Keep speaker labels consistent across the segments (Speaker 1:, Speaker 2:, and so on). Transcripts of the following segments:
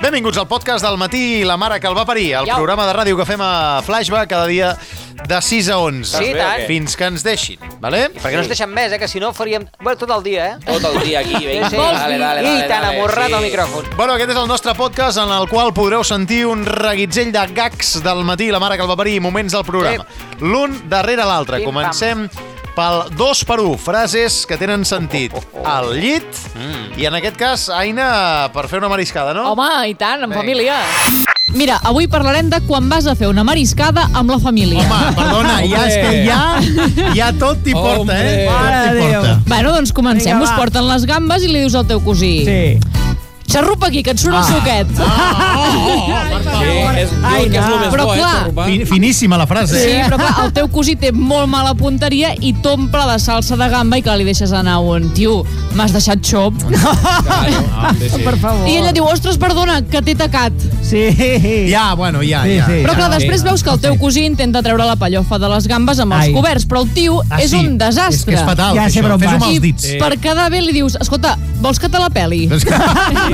Speaker 1: Benvinguts al podcast del matí i la mare que el va parir, el
Speaker 2: Iau.
Speaker 1: programa de ràdio que fem a Flashback cada dia de 6 a 11.
Speaker 2: Sí, i tant.
Speaker 1: Fins que ens deixin, vale?
Speaker 2: Perquè no ens deixen més, eh? Que si no faríem... Bueno, tot el dia, eh?
Speaker 3: Tot el dia aquí, vinga.
Speaker 2: Sí, sí. I tan amorrat al micròfon.
Speaker 1: Bueno, aquest és el nostre podcast en el qual podreu sentir un reguitzell de gags del matí i la mare que el va parir i moments del programa. L'un darrere l'altre.
Speaker 2: Pim, pam.
Speaker 1: Comencem pel 2 per 1, frases que tenen sentit
Speaker 3: Oh,
Speaker 1: al llit,
Speaker 3: Mm.
Speaker 1: i en aquest cas, Aina, per fer una mariscada, no?
Speaker 4: Home, i tant, en
Speaker 1: Vinga.
Speaker 4: família. Mira, avui parlarem de quan vas a fer una mariscada amb la família.
Speaker 1: Home, perdona, ja és que ja, ja tot t'hi porta,
Speaker 5: Hombre.
Speaker 1: eh? Tot
Speaker 5: Mare
Speaker 1: t'hi
Speaker 5: de
Speaker 1: porta.
Speaker 5: Déu.
Speaker 4: Bueno, doncs comencem.
Speaker 5: Vinga,
Speaker 4: Us
Speaker 5: va.
Speaker 4: porten les gambes i li dius al teu cosí.
Speaker 5: Sí.
Speaker 4: Xarrupa aquí, que et
Speaker 1: Ah.
Speaker 4: surt el suquet.
Speaker 1: oh,
Speaker 3: Sí, és,
Speaker 5: Ai,
Speaker 3: Ai, que és
Speaker 5: no.
Speaker 3: el més
Speaker 4: Però
Speaker 3: bo,
Speaker 4: clar.
Speaker 3: eh,
Speaker 1: Fin- Finíssima la frase. eh?
Speaker 4: Sí, però clar, el teu cosí té molt mala punteria i t'omple de salsa de gamba i que li deixes anar un tio, m'has deixat xop.
Speaker 1: ah,
Speaker 5: Per favor.
Speaker 4: I ella diu, ostres, perdona, que t'he tacat.
Speaker 5: Sí.
Speaker 1: Ja, bueno, ja,
Speaker 5: Sí,
Speaker 1: ja.
Speaker 5: sí.
Speaker 4: Però clar,
Speaker 5: Sí,
Speaker 4: després veus que el teu cosí intenta treure la pallofa de les gambes amb els
Speaker 5: Ai.
Speaker 4: coberts, però el tio
Speaker 1: Ah,
Speaker 4: és
Speaker 1: sí.
Speaker 4: un
Speaker 1: És que
Speaker 4: desastre.
Speaker 1: és fatal,
Speaker 5: Ja
Speaker 1: fer
Speaker 5: sé
Speaker 1: això.
Speaker 5: per on
Speaker 1: Fes-ho
Speaker 5: vas.
Speaker 1: amb els
Speaker 4: I
Speaker 1: dits.
Speaker 4: per quedar bé li dius, escolta, vols que te la peli?
Speaker 1: És que-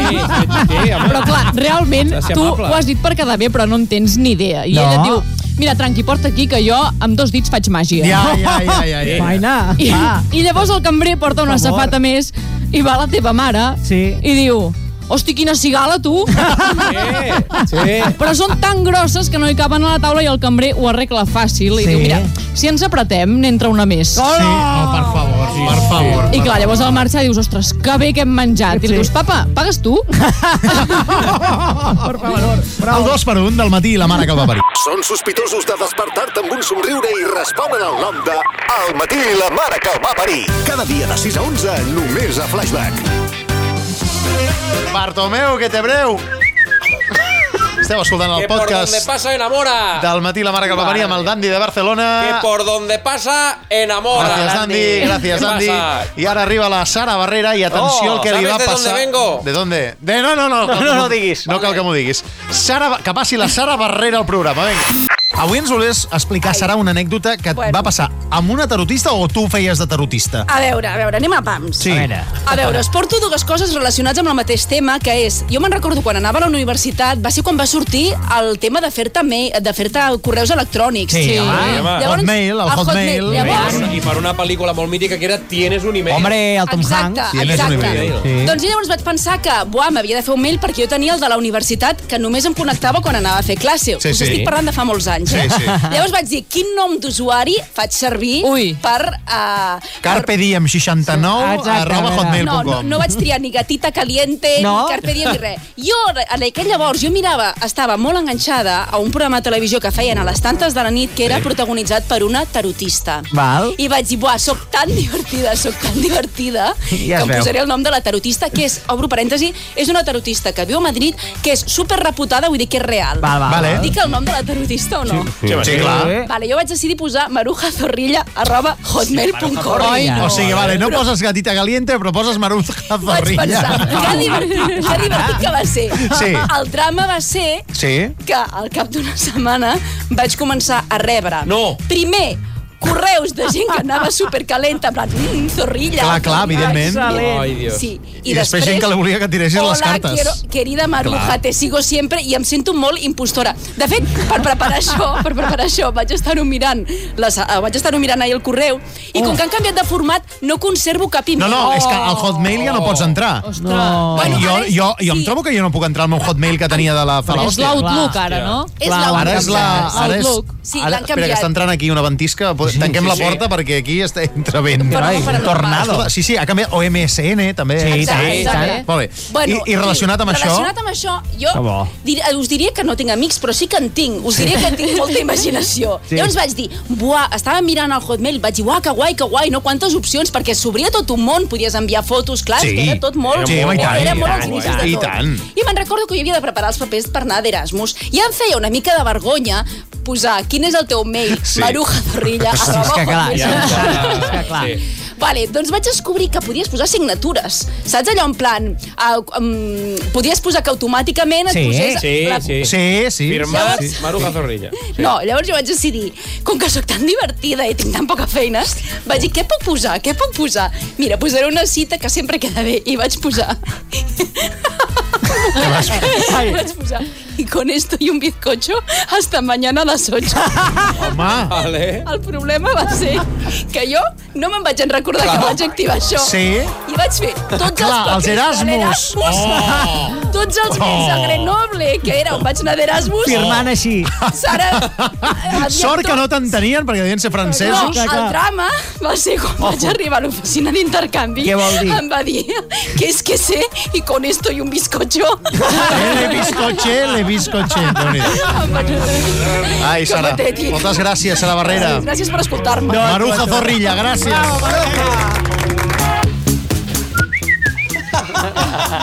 Speaker 3: Sí, sí,
Speaker 4: Però clar, realment,
Speaker 3: Has de ser
Speaker 4: tu
Speaker 3: amable.
Speaker 4: ho has dit per quedar bé, però no en tens ni idea. I
Speaker 5: No.
Speaker 4: ella et diu, mira, tranqui, porta aquí que jo amb dos dits faig màgia.
Speaker 1: Ja, ja, ja, ja, ja.
Speaker 5: Feina.
Speaker 4: I,
Speaker 5: Va.
Speaker 4: I llavors el cambrer porta una
Speaker 5: Per favor.
Speaker 4: safata més i va la teva mare
Speaker 5: Sí.
Speaker 4: i diu, hosti, quina cigala, tu!
Speaker 3: Sí, sí.
Speaker 4: Però són tan grosses que no hi caben a la taula i el cambrer ho arregla fàcil i
Speaker 5: Sí.
Speaker 4: diu, mira, si ens apretem, n'entra una més.
Speaker 1: Sí, oh, per favor, per favor.
Speaker 4: I clar, llavors al marxa dius, ostres, que bé que hem menjat. I li
Speaker 5: Sí.
Speaker 4: dius, papa, pagues tu?
Speaker 5: Per favor.
Speaker 1: El dos per un del matí i la mare que el va parir.
Speaker 6: Són sospitosos de despertar-te amb un somriure i responen al nom de El matí i la mare que el va parir. Cada dia de 6 a 11, només a Flashback.
Speaker 1: Bartomeu, que té breu. Esteu escoltant el
Speaker 3: Que por donde
Speaker 1: podcast
Speaker 3: pasa enamora.
Speaker 1: del matí i la mare que el va parir amb el Dandi de
Speaker 3: Que
Speaker 1: Barcelona.
Speaker 3: por donde pasa enamora.
Speaker 1: Gràcies, Dandi. Gràcies,
Speaker 3: Què
Speaker 1: Dandi.
Speaker 3: passa?
Speaker 1: I ara arriba la Sara Barrera i
Speaker 3: Oh,
Speaker 1: atenció al que li
Speaker 3: ¿sabes
Speaker 1: va
Speaker 3: de
Speaker 1: passar.
Speaker 3: dónde vengo?
Speaker 1: ¿De dónde? De no, no, no.
Speaker 2: No, no, no diguis.
Speaker 1: No cal que m'ho diguis. Sara, Ba- que passi la Sara Barrera al programa, vinga. Avui ens volies explicar, Sara, una anècdota que et
Speaker 7: Bueno.
Speaker 1: va passar amb una tarotista o tu feies de tarotista?
Speaker 7: A veure, a veure, anem a pams.
Speaker 1: Sí. A veure.
Speaker 7: A veure, us porto dues coses relacionades amb el mateix tema, que és, jo me'n recordo quan anava a la universitat, va ser quan va sortir el tema de fer-te ma- de fer correus electrònics.
Speaker 3: sí,
Speaker 1: Sí, home,
Speaker 3: home.
Speaker 1: Hotmail, el Hotmail.
Speaker 7: Llavors,
Speaker 3: I per una pel·lícula molt mítica que era Tienes un email.
Speaker 5: Hombre, el Tom
Speaker 7: exacte,
Speaker 5: Hanks.
Speaker 1: Sí, a més, un
Speaker 7: exacte.
Speaker 1: email.
Speaker 5: Sí.
Speaker 7: Doncs llavors vaig pensar que, buah, m'havia de fer un mail perquè jo tenia el de la universitat que només em connectava quan anava a fer classe.
Speaker 1: Sí,
Speaker 7: Us
Speaker 1: sí.
Speaker 7: estic parlant de fa molts anys,
Speaker 1: Sí,
Speaker 7: eh?
Speaker 1: sí.
Speaker 7: Llavors vaig dir, quin nom d'usuari faig servir
Speaker 4: Ui.
Speaker 7: per... Uh,
Speaker 1: Carpe diem 69
Speaker 5: Exacte,
Speaker 1: arroba
Speaker 5: a veure.
Speaker 7: no,
Speaker 1: hotmail.com.
Speaker 7: no, no vaig triar ni gatita caliente,
Speaker 5: No?
Speaker 7: ni carpe diem, ni res. Jo, en aquell llavors, jo mirava, estava molt enganxada a un programa de televisió que feien a les tantes de la nit, que era protagonitzat per una tarotista.
Speaker 5: Val.
Speaker 7: I vaig dir, buah, soc tan divertida, soc tan divertida,
Speaker 5: Ja
Speaker 7: que
Speaker 5: es
Speaker 7: em
Speaker 5: veu.
Speaker 7: posaré el nom de la tarotista, que és, obro parèntesi, és una tarotista que viu a Madrid, que és superreputada, vull dir que és real.
Speaker 5: Val, val.
Speaker 1: Vale.
Speaker 7: Dic el nom de la tarotista o no?
Speaker 1: Sí, sí, clar.
Speaker 7: Vale, jo vaig decidir posar marujazorrilla arroba hotmail.com.
Speaker 4: Ai,
Speaker 1: O
Speaker 4: no.
Speaker 1: sigui, vale, no poses gatita caliente, però poses maruja
Speaker 7: Vaig
Speaker 1: zorrilla.
Speaker 7: pensar, que divertit, que divertit que va ser.
Speaker 1: Sí.
Speaker 7: El drama va ser
Speaker 1: Sí?
Speaker 7: que al cap d'una setmana vaig començar a rebre.
Speaker 3: No.
Speaker 7: Primer, correus de gent que anava supercalenta, en plan, mm, zorrilla.
Speaker 1: Clar, clar, evidentment.
Speaker 3: Ai, Dios.
Speaker 7: Sí.
Speaker 1: I, I després gent que li volia que tiressis
Speaker 7: Hola,
Speaker 1: les cartes.
Speaker 7: Quiero, querida Maruja,
Speaker 1: Clar.
Speaker 7: te sigo siempre i em sento molt impostora. De fet, per preparar això, per preparar això, vaig estar-ho mirant, les, eh, vaig estar-ho mirant ahir el correu i com que han canviat de format, no conservo cap
Speaker 1: No,
Speaker 7: email. Oh.
Speaker 1: no, és que al Hotmail ja no pots entrar.
Speaker 4: No.
Speaker 7: Bueno,
Speaker 1: jo,
Speaker 7: ara és-
Speaker 1: jo, jo em
Speaker 7: sí.
Speaker 1: trobo que jo no puc entrar al meu Hotmail que tenia de la fa
Speaker 4: És
Speaker 1: l'hòstia.
Speaker 4: l'outlook, ara,
Speaker 3: Hòstia.
Speaker 4: no?
Speaker 7: És
Speaker 5: Clar,
Speaker 7: la
Speaker 1: Ara és la... Ara és,
Speaker 4: Outlook.
Speaker 7: Sí,
Speaker 1: ara,
Speaker 7: l'han
Speaker 1: espera, que
Speaker 7: canviat.
Speaker 1: està entrant aquí una ventisca. Sí, Tanquem
Speaker 3: sí,
Speaker 1: la
Speaker 3: sí.
Speaker 1: porta perquè aquí està entra vent.
Speaker 7: Però no farà
Speaker 1: tornado.
Speaker 7: normal.
Speaker 1: sí, sí, ha canviat. O MSN, també.
Speaker 5: Sí,
Speaker 7: Exacte,
Speaker 5: també,
Speaker 7: exacte.
Speaker 5: també.
Speaker 1: Eh, Molt bé.
Speaker 7: Bueno,
Speaker 1: I, I relacionat amb això...
Speaker 7: relacionat amb això,
Speaker 1: Ah,
Speaker 5: Que bo.
Speaker 7: jo dir, eh, us diria que no tinc amics, però sí que en tinc. Us diria que en tinc molta imaginació. Sí. Llavors vaig dir, buah, estava mirant el Hotmail, vaig dir, uah, que guai, que guai, no quantes opcions, perquè s'obria tot un món, podies enviar fotos, clar,
Speaker 1: Sí.
Speaker 7: és que era tot molt...
Speaker 1: Sí, home, i tant,
Speaker 7: era
Speaker 1: i
Speaker 7: molt
Speaker 1: tant,
Speaker 7: als inicis
Speaker 1: i
Speaker 7: de tot.
Speaker 1: tant.
Speaker 7: I me'n recordo que jo havia de preparar els papers per anar d'Erasmus, i em feia una mica de vergonya posar quin és el teu mail, sí.
Speaker 1: Sí.
Speaker 7: marujazorrilla,
Speaker 5: Sí, és que clar, ja,
Speaker 3: Ja,
Speaker 5: ja, és que clar.
Speaker 3: Sí.
Speaker 7: Vale, doncs vaig descobrir que podies posar signatures. Saps allò en plan... Uh, um, podies posar que automàticament et
Speaker 5: Sí,
Speaker 7: posés...
Speaker 3: sí,
Speaker 7: la...
Speaker 3: sí.
Speaker 1: Sí, sí.
Speaker 3: Firmada Maruja Zorrilla.
Speaker 7: No, llavors jo vaig decidir, com que sóc tan divertida i tinc tan poca feines, vaig dir, què puc posar, què puc posar? Mira, posaré una cita que sempre queda bé, i vaig posar... Ai. Vaig posar, y con esto y un bizcocho hasta mañana a las 8.
Speaker 1: Home. Eh?
Speaker 3: Vale.
Speaker 7: El problema va ser que jo no me'n vaig en recordar que vaig activar això.
Speaker 1: Sí. Ah,
Speaker 7: I vaig fer tots
Speaker 1: Clar,
Speaker 7: els papers
Speaker 1: els Erasmus.
Speaker 7: de l'Erasmus.
Speaker 1: Oh.
Speaker 7: Tots els
Speaker 1: Oh.
Speaker 7: fills de Grenoble, que era on vaig anar d'Erasmus.
Speaker 5: Firmant així.
Speaker 7: Sara, aviat
Speaker 1: Sort que
Speaker 7: tot-
Speaker 1: no t'entenien, perquè devien ser
Speaker 7: no,
Speaker 1: francesos.
Speaker 5: Clar, clar.
Speaker 7: el drama va ser quan oh. vaig arribar a l'oficina d'intercanvi.
Speaker 5: Què vol dir?
Speaker 7: Em va dir que és que sé i con esto y un bizcocho.
Speaker 1: Eh, le bizcoche, le bizcoche. Déu-n'hi-do.
Speaker 7: Em va dir,
Speaker 1: Ai,
Speaker 7: Que
Speaker 1: Sara,
Speaker 7: patètic.
Speaker 1: moltes gràcies, Sara Barrera.
Speaker 7: Gràcies per escoltar-me.
Speaker 1: Maruja Zorrilla, gràcies.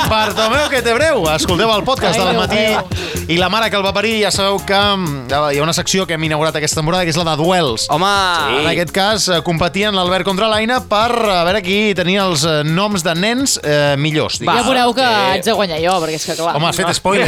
Speaker 1: Bartomeu, que té breu. Escolteu el podcast de la matí i la mare que el va parir. Ja sabeu que mm, hi ha una secció que hem inaugurat aquesta temporada, que és la de duels.
Speaker 2: Home,
Speaker 1: En aquest cas, eh, competien l'Albert contra l'Aina per a veure qui tenia els eh, noms de nens eh, millors.
Speaker 4: Ja
Speaker 1: diguem.
Speaker 4: veureu que
Speaker 3: sí.
Speaker 4: haig de guanyar jo, perquè és que clar...
Speaker 1: eh, Home, has fet spoiler.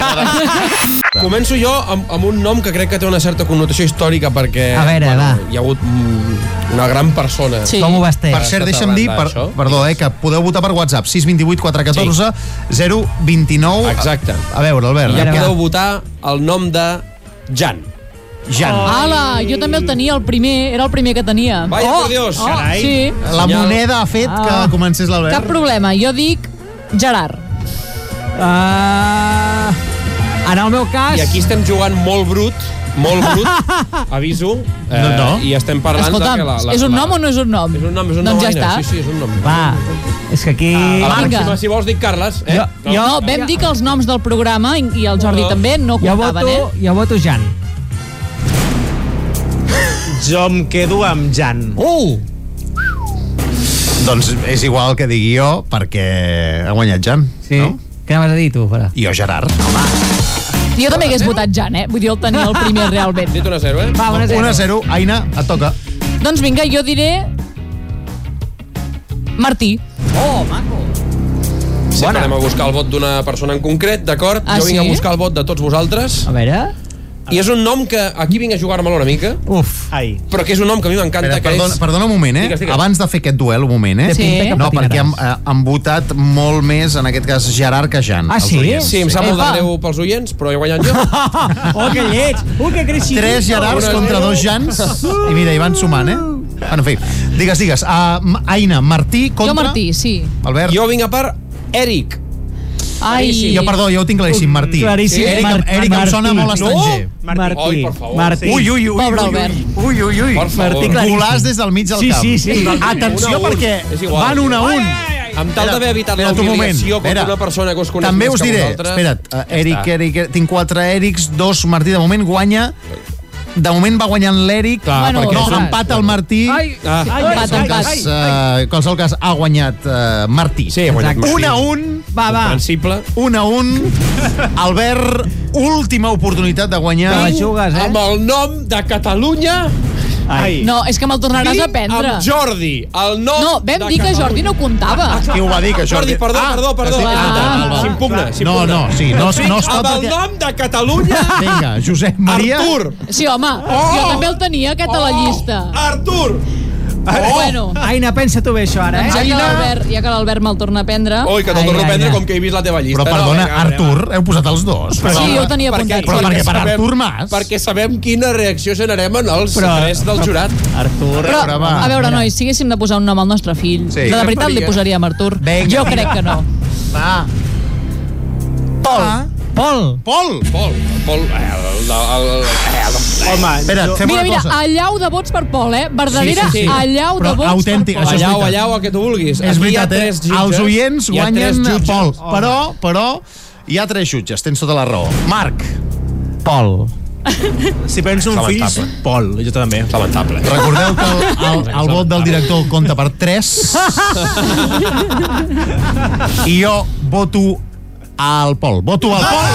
Speaker 1: No.
Speaker 3: Començo jo amb, amb un nom que crec que té una certa connotació històrica perquè...
Speaker 5: A veure, va.
Speaker 3: Hi ha hagut mm, una gran persona.
Speaker 4: Sí.
Speaker 5: Com ho vas ter?
Speaker 1: Per cert, deixa'm dir, per,
Speaker 3: Això.
Speaker 1: perdó, eh, que podeu votar per WhatsApp 628 414 029.
Speaker 3: Exacte.
Speaker 1: A veure, Albert.
Speaker 5: Ja
Speaker 1: eh,
Speaker 5: Ara va.
Speaker 3: Podeu votar el nom de Jan.
Speaker 1: Jan.
Speaker 4: Ala, jo també el tenia, el primer, era el primer que tenia.
Speaker 3: Vaya por Dios.
Speaker 4: Oh, sí.
Speaker 1: La
Speaker 3: Senyal.
Speaker 1: moneda ha fet
Speaker 4: Ah.
Speaker 1: que comencés l'Albert.
Speaker 4: Cap problema, jo dic Gerard.
Speaker 5: Ah, en el meu cas...
Speaker 3: I aquí estem jugant molt brut, molt brut, aviso. Eh,
Speaker 1: No, no.
Speaker 3: I estem parlant de
Speaker 4: Escolta'm,
Speaker 3: que la, la,
Speaker 4: és un
Speaker 3: la-
Speaker 4: nom o no és un nom?
Speaker 3: És un nom, és un
Speaker 4: doncs
Speaker 3: nom.
Speaker 4: ja
Speaker 3: Aina.
Speaker 4: està.
Speaker 3: Sí, sí, és un nom.
Speaker 5: Va, és que aquí...
Speaker 3: A la
Speaker 4: Vinga.
Speaker 3: pròxima, si vols, dic Carles. Eh?
Speaker 5: Jo-
Speaker 1: Doncs
Speaker 5: jo-
Speaker 4: No, vam dir que els noms del programa i i el Jordi també no
Speaker 5: Jo
Speaker 4: comptaven, eh?
Speaker 5: voto, jo voto Jan.
Speaker 8: Jo em quedo amb Jan.
Speaker 5: Uh!
Speaker 1: Doncs és igual que digui jo, perquè ha guanyat Jan,
Speaker 5: Sí.
Speaker 1: no?
Speaker 5: Què m'has de dir, tu? Fora?
Speaker 1: I jo, Gerard.
Speaker 4: Jo també hagués votat Jan, eh? Vull dir, el tenia el primer realment.
Speaker 3: Dit una zero, eh?
Speaker 5: Va, una zero.
Speaker 1: 1 a 0, Aina, et toca.
Speaker 4: Doncs vinga, jo diré... Martí.
Speaker 5: Oh, maco.
Speaker 3: Sí,
Speaker 5: Bona.
Speaker 3: anem a buscar el vot d'una persona en concret, d'acord?
Speaker 4: Ah,
Speaker 3: jo vinc
Speaker 4: sí?
Speaker 3: a buscar el vot de tots vosaltres.
Speaker 5: A veure...
Speaker 3: I és un nom que aquí vinc a jugar-me'l una mica,
Speaker 5: Uf.
Speaker 8: Ai.
Speaker 3: però que és un nom que a mi m'encanta,
Speaker 1: Espera,
Speaker 3: que
Speaker 1: perdona,
Speaker 3: és...
Speaker 1: perdona un moment, eh?
Speaker 3: Digues, digues.
Speaker 1: Abans de fer aquest duel, un moment, eh?
Speaker 5: Té pinta que
Speaker 1: No, perquè han,
Speaker 5: patinaràs.
Speaker 1: eh, han votat molt més, en aquest cas, Gerard que Jan.
Speaker 5: Ah,
Speaker 1: els
Speaker 5: sí?
Speaker 1: oients.
Speaker 3: Sí, em sap molt de
Speaker 4: Epa.
Speaker 3: greu pels oients, però he guanyat jo.
Speaker 5: Oh, que lleig! Uh, que creixi!
Speaker 1: Tres Gerards
Speaker 3: Una
Speaker 1: contra
Speaker 3: zero.
Speaker 1: dos Jans. I mira, hi van sumant, eh? Bueno, en fi, digues, digues. Uh, Aina, Martí contra...
Speaker 4: Jo Martí, sí.
Speaker 1: Albert.
Speaker 3: Jo vinc a part Eric.
Speaker 4: Ai,
Speaker 1: Jo, perdó, jo ho tinc claríssim, Martí.
Speaker 5: Claríssim.
Speaker 1: Eric,
Speaker 5: Mar-
Speaker 1: Eric em
Speaker 5: Martí.
Speaker 1: sona molt estranger.
Speaker 5: Martí.
Speaker 3: Oi, per favor.
Speaker 5: Martí.
Speaker 1: Ui, ui, ui,
Speaker 4: Pobre
Speaker 1: ui,
Speaker 4: Albert.
Speaker 1: ui, ui, ui.
Speaker 3: Per favor.
Speaker 5: Martí, clar.
Speaker 1: Golàs des del mig del
Speaker 5: Sí,
Speaker 1: camp.
Speaker 5: sí, sí.
Speaker 1: Atenció,
Speaker 3: Un a un.
Speaker 1: perquè
Speaker 3: És igual.
Speaker 1: van un a un.
Speaker 3: Amb tal d'haver evitat la
Speaker 1: Espera't un moment.
Speaker 3: humiliació contra
Speaker 1: Espera.
Speaker 3: una persona que us coneix
Speaker 1: També
Speaker 3: més
Speaker 1: us
Speaker 3: que
Speaker 1: diré,
Speaker 3: vosaltres.
Speaker 1: espera't, eh,
Speaker 3: Ja
Speaker 1: Eric,
Speaker 3: està.
Speaker 1: Eric, Eric, tinc quatre Erics, dos Martí, de moment guanya... De moment va guanyant l'Eric,
Speaker 4: Bueno,
Speaker 1: perquè no,
Speaker 4: clar.
Speaker 1: empata el Martí.
Speaker 5: Ai,
Speaker 3: Ah.
Speaker 5: ai,
Speaker 4: Empat,
Speaker 5: ai,
Speaker 4: empat.
Speaker 5: ai,
Speaker 1: Cas, eh, qualsevol cas, ha guanyat eh, Martí.
Speaker 3: Sí, he guanyat
Speaker 1: Un a
Speaker 3: Martí.
Speaker 1: un,
Speaker 5: Va, va.
Speaker 3: Comprensible.
Speaker 1: un a un. Albert, última oportunitat de guanyar.
Speaker 5: Te la jugues, eh?
Speaker 3: Amb el nom de Catalunya
Speaker 8: Ai.
Speaker 4: no, és que me'l tornaràs a
Speaker 3: vinc
Speaker 4: prendre.
Speaker 3: amb Jordi. El nom
Speaker 4: No, vam
Speaker 3: de
Speaker 4: dir que
Speaker 3: Catalunya.
Speaker 4: Jordi no comptava.
Speaker 1: Ah, Qui ho va dir, que
Speaker 3: Jordi,
Speaker 1: Jordi?
Speaker 3: perdó,
Speaker 1: Ah,
Speaker 3: perdó, perdó.
Speaker 1: que sí.
Speaker 3: Ah,
Speaker 1: Ah,
Speaker 3: ah,
Speaker 1: val,
Speaker 3: S'impugna,
Speaker 1: val.
Speaker 3: s'impugna. Doncs
Speaker 1: No, no, sí, no, no es pot...
Speaker 3: Amb el nom de Catalunya,
Speaker 1: Vinga, Josep Maria...
Speaker 3: Artur.
Speaker 4: Sí, home, jo també el tenia, aquest a la llista.
Speaker 3: Oh! Artur!
Speaker 1: Oh,
Speaker 4: Bueno,
Speaker 5: Aina, pensa tu bé això, ara,
Speaker 4: doncs ja
Speaker 5: eh?
Speaker 4: que l'Albert ja que l'Albert me'l torna a prendre...
Speaker 3: Oi, que te'l
Speaker 5: Ai,
Speaker 3: torno a
Speaker 5: ai,
Speaker 3: prendre
Speaker 5: ai.
Speaker 3: com que he vist la teva llista.
Speaker 1: Però perdona,
Speaker 3: vinga,
Speaker 1: Artur, heu posat els dos.
Speaker 4: Sí, jo ho
Speaker 3: vinga.
Speaker 4: tenia apuntat.
Speaker 1: Però
Speaker 4: sí.
Speaker 1: perquè per
Speaker 3: sabem-
Speaker 1: Artur Mas.
Speaker 3: Perquè sabem quina reacció generem en els
Speaker 5: Però-
Speaker 3: tres del jurat.
Speaker 8: Artur.
Speaker 4: Però,
Speaker 1: Però, va,
Speaker 4: a veure,
Speaker 5: mira.
Speaker 4: nois, si haguéssim de posar un nom al nostre fill,
Speaker 1: Sí.
Speaker 4: sí. de la veritat
Speaker 3: Faria.
Speaker 4: li posaríem Artur.
Speaker 1: Vinga.
Speaker 4: Jo crec que no.
Speaker 1: Va. Pol.
Speaker 8: Ah.
Speaker 5: Pol.
Speaker 1: Pol.
Speaker 3: Pol, Pol... eh, El, el, el, el,
Speaker 8: Home,
Speaker 1: Espera,
Speaker 8: jo...
Speaker 1: fem
Speaker 4: Mira,
Speaker 1: una
Speaker 4: mira,
Speaker 1: cosa.
Speaker 4: allau de vots per Pol, eh? Verdadera
Speaker 3: Sí, sí, sí.
Speaker 4: allau
Speaker 1: Però
Speaker 4: de vots
Speaker 1: autèntic,
Speaker 4: per Pol.
Speaker 1: això és
Speaker 3: allau,
Speaker 1: veritat.
Speaker 3: allau, el que tu vulguis.
Speaker 1: És
Speaker 3: Aquí hi ha
Speaker 1: veritat, eh?
Speaker 3: tres jutges.
Speaker 1: Els oients
Speaker 3: Hi ha tres
Speaker 1: guanyen eh,
Speaker 3: jutges.
Speaker 1: Pol. Però, però, hi ha tres jutges, tens tota la raó. Marc,
Speaker 5: Pol.
Speaker 8: Si penso un fill,
Speaker 1: Lamentable.
Speaker 8: Pol, jo també.
Speaker 3: Lamentable.
Speaker 1: recordeu que el, el, el vot del director compta per 3. I jo voto al Pol. Voto al Pol.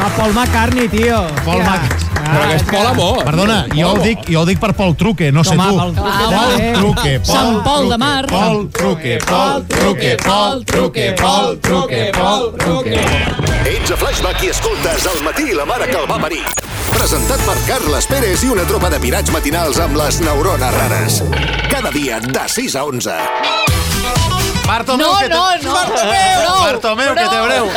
Speaker 5: Ah, Pol McCartney, tio.
Speaker 1: Pol Mac.
Speaker 3: Però
Speaker 1: Ah.
Speaker 3: que és Pol Amor.
Speaker 1: Perdona, jo ho, dic, jo ho dic per Pol Truque, no sé
Speaker 5: Home,
Speaker 1: tu.
Speaker 5: Pol Truque
Speaker 1: Pol
Speaker 5: també.
Speaker 1: Truque, Pol
Speaker 4: Sant Pol de
Speaker 1: Truque,
Speaker 4: Mar.
Speaker 1: Pol Truque, Pol Truque, Pol Truque, Pol Truque, Pol Truque.
Speaker 6: Ets a Flashback i escoltes El matí i la mare que el va parir. Presentat per Carles Pérez i una tropa de pirats matinals amb les neurones rares. Cada dia de 6 a 11.
Speaker 1: Bartomeu,
Speaker 4: No,
Speaker 1: que te...
Speaker 4: no, no.
Speaker 1: Bartomeu,
Speaker 4: Prou,
Speaker 1: Bartomeu, que té breu.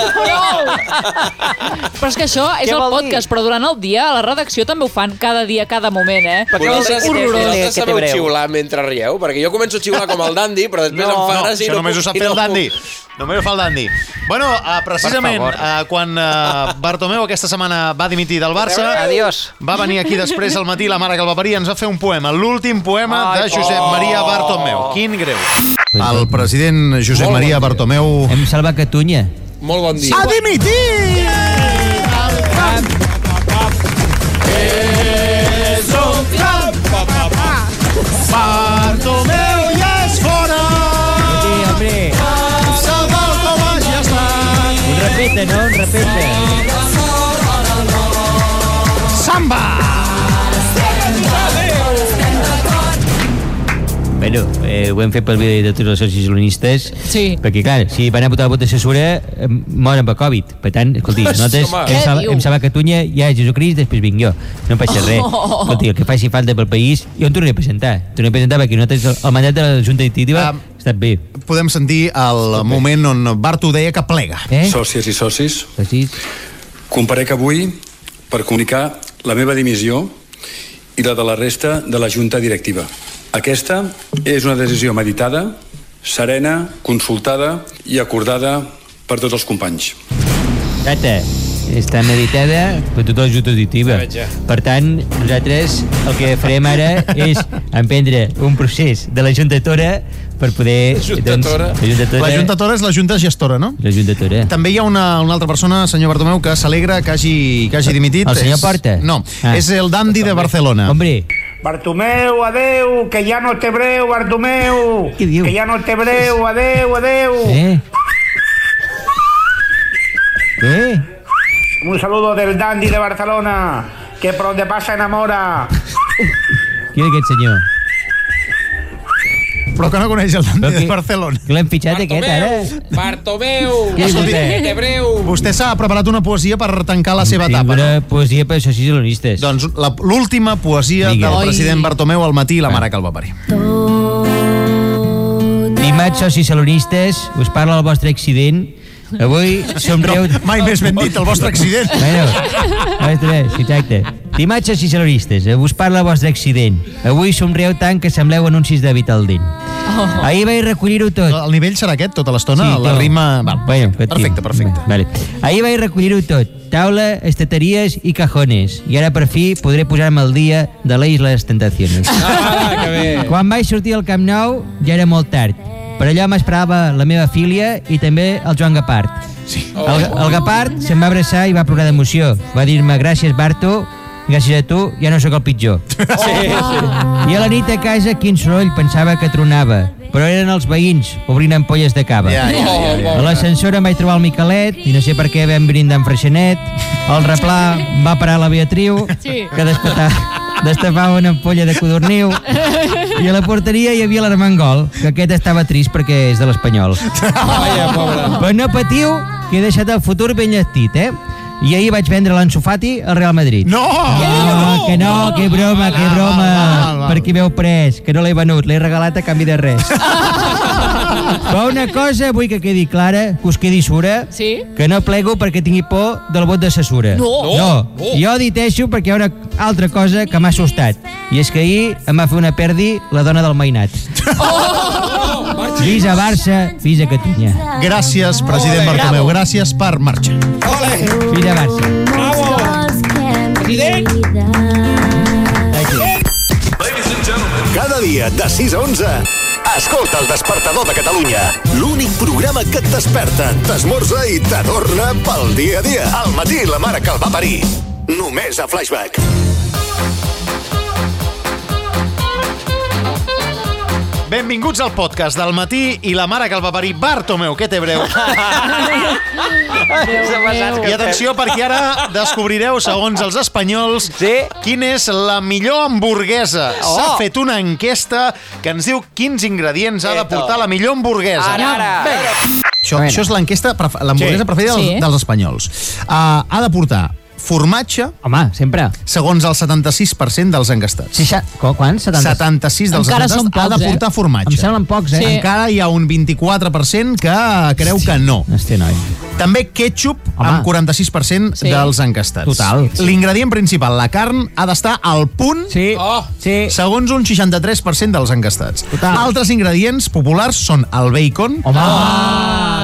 Speaker 4: Però és que això és
Speaker 2: Què
Speaker 4: el
Speaker 2: vol dir?
Speaker 4: podcast, però durant el dia a la redacció també ho fan cada dia, cada moment, eh?
Speaker 2: Perquè
Speaker 4: és horrorós.
Speaker 2: que
Speaker 9: vosaltres
Speaker 2: té
Speaker 9: sabeu
Speaker 2: breu.
Speaker 9: xiular mentre rieu? Perquè jo començo a xiular com el Dandy, però després
Speaker 2: No,
Speaker 9: em fa
Speaker 1: No,
Speaker 9: gràcia
Speaker 1: això
Speaker 9: i no
Speaker 1: només
Speaker 9: puc-
Speaker 1: ho sap
Speaker 9: i
Speaker 1: fer
Speaker 9: no
Speaker 1: el
Speaker 9: puc.
Speaker 1: Dandi. Només ho fa el Dandi. Bueno, eh, precisament,
Speaker 2: Per favor.
Speaker 1: eh, quan eh, Bartomeu aquesta setmana va dimitir del Barça...
Speaker 2: Adiós.
Speaker 1: Va venir aquí després al matí la mare que el va parir i ens va fer un poema, l'últim poema
Speaker 2: Ai,
Speaker 1: de Josep
Speaker 9: oh.
Speaker 1: Maria Bartomeu. Quin greu. El president Josep
Speaker 9: Molt
Speaker 1: Maria
Speaker 9: bon dia.
Speaker 1: Bartomeu
Speaker 5: Em salva Catunya.
Speaker 9: Molt bon dia.
Speaker 1: dimitir! Bartomeu ja és fora!
Speaker 5: Sí, hombre.
Speaker 1: Bartomeu ja està!
Speaker 5: Un repite, no? Un repite.
Speaker 1: Samba!
Speaker 5: Bueno, eh, ho hem fet per via de tots els socis unionistes,
Speaker 4: Sí.
Speaker 5: perquè, clar, si van a votar la votació segura, eh, moren per Covid. Per tant, escolti, nosaltres
Speaker 9: home.
Speaker 5: em,
Speaker 4: Què
Speaker 5: sal,
Speaker 4: diu?
Speaker 5: em salva Catunya, ja és Jesucrist, després vinc jo. No passa res. Escolti, el que faci falta pel país, jo em tornaré a presentar. Tornaré a presentar perquè nosaltres, el, el mandat de la Junta Directiva
Speaker 1: Ah.
Speaker 5: um, ha estat bé.
Speaker 1: Podem sentir el moment on Bartu deia que plega.
Speaker 5: Eh?
Speaker 10: Sòcies i socis,
Speaker 5: Socis.
Speaker 10: comparec avui per comunicar la meva dimissió i la de la resta de la Junta Directiva. Aquesta és una decisió meditada, serena, consultada i acordada per tots els companys.
Speaker 5: Data. Està meditada per tota la Junta Directiva.
Speaker 9: Ja veig, ja.
Speaker 5: Per tant, nosaltres el que farem ara és emprendre un procés de la Juntatora per poder...
Speaker 9: Juntatora.
Speaker 5: Doncs, la Juntatora.
Speaker 1: La Junta Tora és la Junta Gestora, no?
Speaker 5: La Juntatora.
Speaker 1: També hi ha una, una altra persona, senyor Bartomeu, que s'alegra que hagi, que hagi dimitit.
Speaker 5: El senyor
Speaker 1: És-
Speaker 5: Porta?
Speaker 1: No, ah.
Speaker 5: Ah.
Speaker 1: és el Dandy de Barcelona.
Speaker 5: Hombre,
Speaker 11: Bartomeu, adeu, que ja no té breu, Bartomeu.
Speaker 5: Què diu?
Speaker 11: Que ja no té breu, adeu, adeu.
Speaker 5: eh? Què?
Speaker 11: Un saludo del dandy de Barcelona, que per donde pasa enamora.
Speaker 5: Qui és aquest senyor?
Speaker 1: Però que no coneix el Dandy
Speaker 5: Però
Speaker 1: de
Speaker 5: qui-
Speaker 1: Barcelona.
Speaker 5: Que l'hem fitxat aquest, ara?
Speaker 9: Bartomeu! Bartomeu!
Speaker 5: eh? Què és
Speaker 1: Escolti,
Speaker 5: vostè?
Speaker 9: De breu!
Speaker 1: Vostè s'ha preparat una poesia per tancar la seva etapa,
Speaker 5: Figura
Speaker 1: no?
Speaker 5: poesia per socis i lonistes.
Speaker 1: Doncs la- l'última poesia
Speaker 5: Digue'm.
Speaker 1: del
Speaker 5: Oi.
Speaker 1: president Bartomeu al matí i la mare que el va parir.
Speaker 5: Estimats socis salonistes, us parla el vostre accident. Avui somriu...
Speaker 1: No, mai més ben dit, el vostre accident.
Speaker 5: Bueno, ostres, exacte. Estimats socis salonistes, eh, us parla el vostre accident. Avui somrieu tant que sembleu anuncis de Vitaldent. Oh. Ahir vaig recollir-ho tot.
Speaker 1: El nivell serà aquest tota l'estona? la
Speaker 5: tot.
Speaker 1: rima... Val,
Speaker 5: Bueno,
Speaker 1: perfecte, perfecte.
Speaker 5: Vale. Ahir vaig recollir-ho tot. Taula, estateries i cajones. I ara per fi podré posar-me al dia de la Isla de les Tentaciones.
Speaker 9: Ah, que bé!
Speaker 5: Quan vaig sortir al Camp Nou ja era molt tard. Per allò m'esperava la meva filla i també el Joan Gapart. Sí. El, el Gapart se'm va abraçar i va plorar d'emoció. Va dir-me gràcies, Barto, gràcies a tu, ja no sóc el pitjor. I a la nit a casa, quin soroll, pensava que tronava. Però eren els veïns, obrint ampolles de cava.
Speaker 1: Ja, ja, ja.
Speaker 9: Oh,
Speaker 5: A l'ascensor em vaig trobar el Miquelet i no sé per què vam brindar amb freixenet. El replà va parar la Beatriu,
Speaker 4: Sí.
Speaker 5: que destapà, destapava una ampolla de codorniu. I a la porteria hi havia l'Armengol, que aquest estava trist perquè és de l'Espanyol.
Speaker 9: Vaja, pobre.
Speaker 5: Però no patiu, que he deixat el futur ben llestit, eh? I ahir vaig vendre l'Ansufati al Real Madrid.
Speaker 1: No!
Speaker 5: No, que no, que broma, que broma.
Speaker 1: val, val, val.
Speaker 5: Per qui m'heu pres, que no l'he venut, l'he regalat a canvi de res. Però una cosa vull que quedi clara, que us quedi sura,
Speaker 4: Sí.
Speaker 5: que no plego perquè tingui por del vot de
Speaker 1: Eh.
Speaker 5: censura.
Speaker 4: No.
Speaker 5: no. Jo diteixo perquè hi ha una altra cosa que m'ha assustat. I és que ahir em va fer una perdi la dona del mainat. Oh! Visa Barça, visa Catunya.
Speaker 1: Gràcies, president Bartomeu. Gràcies per marxar.
Speaker 5: Visa Barça.
Speaker 6: Cada dia de 6 a 11. Escolta el despertador de Catalunya. L'únic programa que et desperta, t'esmorza i t'adorna pel dia a dia. Al matí, la mare que el va parir. Només a Flashback.
Speaker 1: Benvinguts al podcast del matí i la mare que el va parir Bartomeu, que té breu. I atenció, perquè ara descobrireu, segons els espanyols,
Speaker 2: Sí.
Speaker 1: quina és la millor hamburguesa. S'ha
Speaker 2: Oh.
Speaker 1: fet una enquesta que ens diu quins ingredients ha de
Speaker 2: Eto.
Speaker 1: portar la millor hamburguesa.
Speaker 2: Ara, ara.
Speaker 1: Això, això és l'enquesta, pref- l'hamburguesa
Speaker 2: Sí.
Speaker 1: preferida dels,
Speaker 4: Sí.
Speaker 1: dels espanyols. Uh, ha de portar formatge...
Speaker 5: Home, sempre.
Speaker 1: Segons el 76% dels engastats.
Speaker 5: Sí, xa... Quants? 70?
Speaker 1: 76 dels
Speaker 5: Encara
Speaker 1: engastats
Speaker 5: són pocs,
Speaker 1: ha de portar
Speaker 5: eh?
Speaker 1: formatge.
Speaker 5: Em semblen pocs, eh? Sí.
Speaker 1: Encara hi ha un 24% que creu que no.
Speaker 5: Hosti, noi.
Speaker 1: També ketchup Home. amb 46%
Speaker 5: Sí.
Speaker 1: sí. dels engastats.
Speaker 5: Total.
Speaker 1: L'ingredient principal, la carn, ha d'estar al punt
Speaker 5: sí.
Speaker 1: Oh.
Speaker 5: Sí.
Speaker 1: segons un 63% dels engastats. Total. Altres ingredients populars són el bacon. Ah,
Speaker 5: Home! Ah,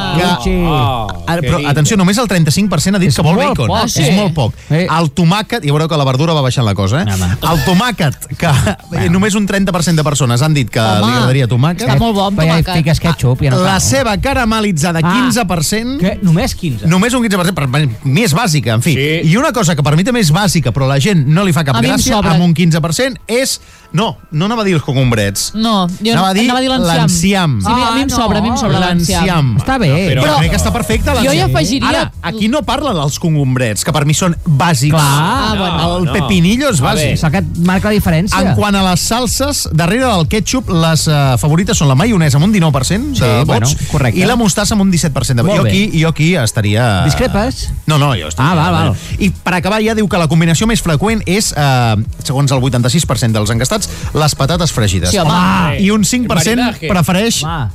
Speaker 1: Que,
Speaker 5: Oh,
Speaker 1: Ara, però, atenció, només el 35% ha dit que vol
Speaker 5: molt
Speaker 1: bacon.
Speaker 5: poc,
Speaker 1: és
Speaker 5: eh?
Speaker 1: molt poc. El tomàquet, ja veureu que la verdura va baixant la cosa, eh? El tomàquet, que només un 30% de persones han dit que
Speaker 5: Home,
Speaker 1: li agradaria tomàquet.
Speaker 5: Està molt bo, amb Però ja hi tomàquet. fiques ketchup, ja no
Speaker 1: la
Speaker 5: cal.
Speaker 1: ceba caramelitzada,
Speaker 5: Ah.
Speaker 1: 15%.
Speaker 5: Que només 15?
Speaker 1: Només un 15%, per mi és bàsica, en fi. Sí. I una cosa que per mi també és bàsica, però la gent no li fa cap
Speaker 4: A mi em
Speaker 1: gràcia,
Speaker 4: sobra.
Speaker 1: amb un 15%, és... No, no anava a dir els cogombrets.
Speaker 4: Ah, No, Mm, jo
Speaker 1: Anava a dir
Speaker 4: anava a dir l'enciam.
Speaker 1: l'enciam.
Speaker 4: Sí, a mi em sobra, a mi em sobra l'enciam.
Speaker 5: Ah, Està bé.
Speaker 1: Però,
Speaker 4: Però-
Speaker 1: però crec que està perfecte.
Speaker 4: Jo hi
Speaker 1: l'enciam.
Speaker 4: afegiria-
Speaker 1: Ara, aquí no parla dels congombrets, que per mi són bàsics.
Speaker 5: Clar, Ah,
Speaker 1: el pepinillo és bàsic.
Speaker 5: És el que et marca la diferència.
Speaker 1: En quant a les salses, darrere del ketchup, les uh, favorites són la maionesa amb un 19% de
Speaker 5: Sí,
Speaker 1: vots
Speaker 5: bueno, correcte.
Speaker 1: i la mostassa amb un 17% de vots.
Speaker 5: Molt
Speaker 1: Jo
Speaker 5: bé.
Speaker 1: aquí, jo aquí estaria... eh,
Speaker 5: Discrepes?
Speaker 1: No, no, jo estic...
Speaker 5: Ah, val, val.
Speaker 1: I per acabar ja diu que la combinació més freqüent és, eh, segons el 86% dels engastats, les patates fregides.
Speaker 4: Sí, home.
Speaker 5: Ah,
Speaker 8: Ah,
Speaker 4: Home.
Speaker 1: I un 5%
Speaker 4: Maridaje.
Speaker 1: prefereix
Speaker 4: Home.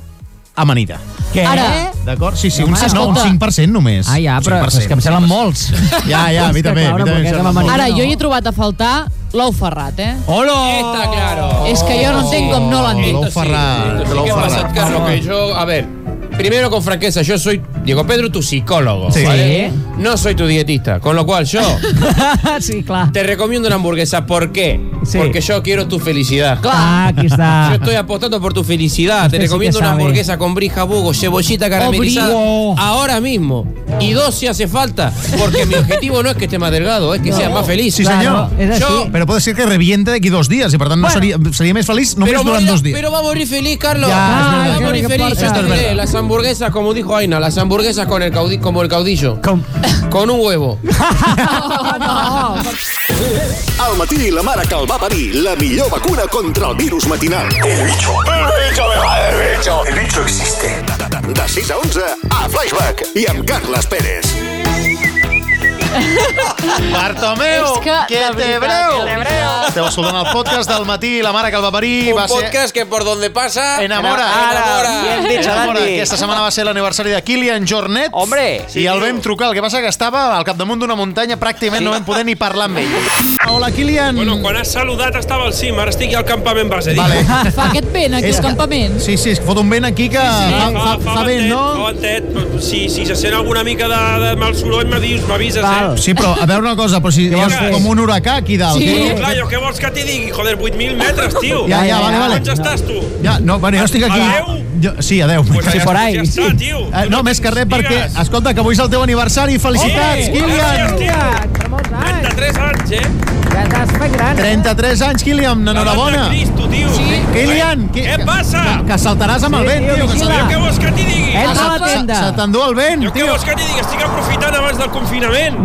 Speaker 1: amanida.
Speaker 5: Què?
Speaker 4: Ara- eh?
Speaker 1: D'acord? Sí, sí, un,
Speaker 5: Home,
Speaker 1: no, un
Speaker 4: escolta.
Speaker 1: 5% només.
Speaker 5: Ah, ja, però és que em semblen molts.
Speaker 1: Ja, ja, a mi
Speaker 5: És que,
Speaker 1: també, a
Speaker 5: clar, una
Speaker 1: mi també em
Speaker 5: moqueta
Speaker 1: sembla
Speaker 5: amb
Speaker 1: molt.
Speaker 4: Ara,
Speaker 5: no.
Speaker 4: jo hi he trobat a faltar l'ou ferrat, eh?
Speaker 5: Hola!
Speaker 3: Está claro.
Speaker 4: És que jo no entenc com no l'entenc.
Speaker 1: L'ou ferrat.
Speaker 3: Sí, ¿Qué
Speaker 1: L'ou
Speaker 3: pasa,
Speaker 1: ferrat.
Speaker 3: Carlos? Que yo, a ver, primero con franqueza, yo soy, Diego Pedro, tu psicólogo.
Speaker 5: Sí.
Speaker 3: ¿vale? No soy tu dietista, con lo cual yo
Speaker 5: sí, clar.
Speaker 3: te recomiendo una hamburguesa. ¿Por qué?
Speaker 5: Sí.
Speaker 3: Porque yo quiero tu felicidad.
Speaker 5: Ah, aquí
Speaker 3: Yo
Speaker 5: està.
Speaker 3: estoy apostando por tu felicidad.
Speaker 5: Usted
Speaker 3: Te
Speaker 5: Este sí que
Speaker 3: recomiendo una
Speaker 5: sabe.
Speaker 3: hamburguesa con brija, bugo, cebollita caramelizada.
Speaker 5: Obrigo.
Speaker 3: Ahora mismo. Y dos si hace falta. Porque mi objetivo no es que esté más delgado, es que sea más feliz.
Speaker 1: Sí, senyor.
Speaker 5: és així.
Speaker 3: Yo-
Speaker 1: Però pot ser que reviente d'aquí dos dies i, per tant, no
Speaker 5: Bueno.
Speaker 1: seria, seria més feliç només
Speaker 3: Pero,
Speaker 1: durant
Speaker 3: morirá-
Speaker 1: dos dies.
Speaker 3: pero va a morir feliz, Carlos.
Speaker 1: Ya,
Speaker 5: es
Speaker 3: Ah, va
Speaker 5: verdad.
Speaker 3: a morir
Speaker 5: ¿qué
Speaker 3: feliz.
Speaker 5: importa?
Speaker 3: Ya te
Speaker 5: Esto es
Speaker 3: diré,
Speaker 1: verdad.
Speaker 3: las hamburguesas, como dijo Aina, las hamburguesas con el caudi- como el caudillo.
Speaker 5: Com...
Speaker 3: Con un huevo.
Speaker 6: Al matí la mare que el va parir, la millor vacuna contra el virus matinal. El bicho, el bicho, el bicho, el bicho existe. De 6 a 11, a Flashback, i amb Carles Pérez.
Speaker 1: Bartomeu,
Speaker 4: És que,
Speaker 1: que
Speaker 4: de
Speaker 1: te
Speaker 4: veritat,
Speaker 1: breu.
Speaker 4: que te breu.
Speaker 1: Esteu escoltant el podcast del matí, la mare que el va parir. va
Speaker 3: que por donde pasa.
Speaker 1: Ser... Enamora.
Speaker 2: Ara, bien dicho,
Speaker 1: Enamora.
Speaker 2: Dani.
Speaker 1: Aquesta setmana va ser l'aniversari de Kilian Jornet.
Speaker 2: Hombre.
Speaker 1: I el vam trucar. El que passa que estava al capdamunt d'una muntanya, pràcticament no vam poder ni parlar amb ell. Hola, Kilian.
Speaker 9: quan has saludat estava al cim, ara estic al campament base.
Speaker 1: Vale.
Speaker 3: Ah,
Speaker 4: Fa aquest vent aquí
Speaker 1: És
Speaker 4: al
Speaker 1: que-
Speaker 4: campament.
Speaker 1: Sí, sí, és que fot un vent aquí que fa, fa, fa vent, no?
Speaker 9: Si, Doncs si se sent alguna mica de, de mal soroll, m'avises, eh?
Speaker 5: Val.
Speaker 1: Sí, però a veure una cosa, però si hi ha
Speaker 5: vols fer?
Speaker 1: com un huracà aquí dalt.
Speaker 4: Sí.
Speaker 1: que-
Speaker 9: Clar, jo què vols que t'hi digui? Joder, 8.000 metres, tio.
Speaker 1: Ja, ja, vale, vale.
Speaker 9: On estàs, tu?
Speaker 1: Ja, no, bueno, jo estic aquí.
Speaker 9: Adeu?
Speaker 1: Jo, sí, adeu.
Speaker 9: Pues
Speaker 5: Si por ahí.
Speaker 9: Ja està, tio.
Speaker 1: Eh, no, més que res perquè,
Speaker 9: Digues.
Speaker 1: escolta, que avui és el teu aniversari. Felicitats,
Speaker 9: Sí,
Speaker 1: Kilian!
Speaker 9: gràcies, tio.
Speaker 5: Per molts anys.
Speaker 9: 33 anys, eh?
Speaker 5: Ja t'has fet gran. eh?
Speaker 1: 33 anys, Kilian, enhorabona.
Speaker 9: Cristo, tio. Sí.
Speaker 1: Kilian, qui-
Speaker 9: Què passa?
Speaker 1: que saltaràs amb el vent,
Speaker 5: tio,
Speaker 1: tio. que
Speaker 5: vigila.
Speaker 9: Jo
Speaker 1: saltaràs-
Speaker 9: què vols que t'hi digui?
Speaker 5: Entra a la
Speaker 1: se-
Speaker 5: tenda.
Speaker 1: Se t'endú el vent,
Speaker 9: Jo què
Speaker 1: tio.
Speaker 9: vols que t'hi digui? Estic aprofitant abans del confinament.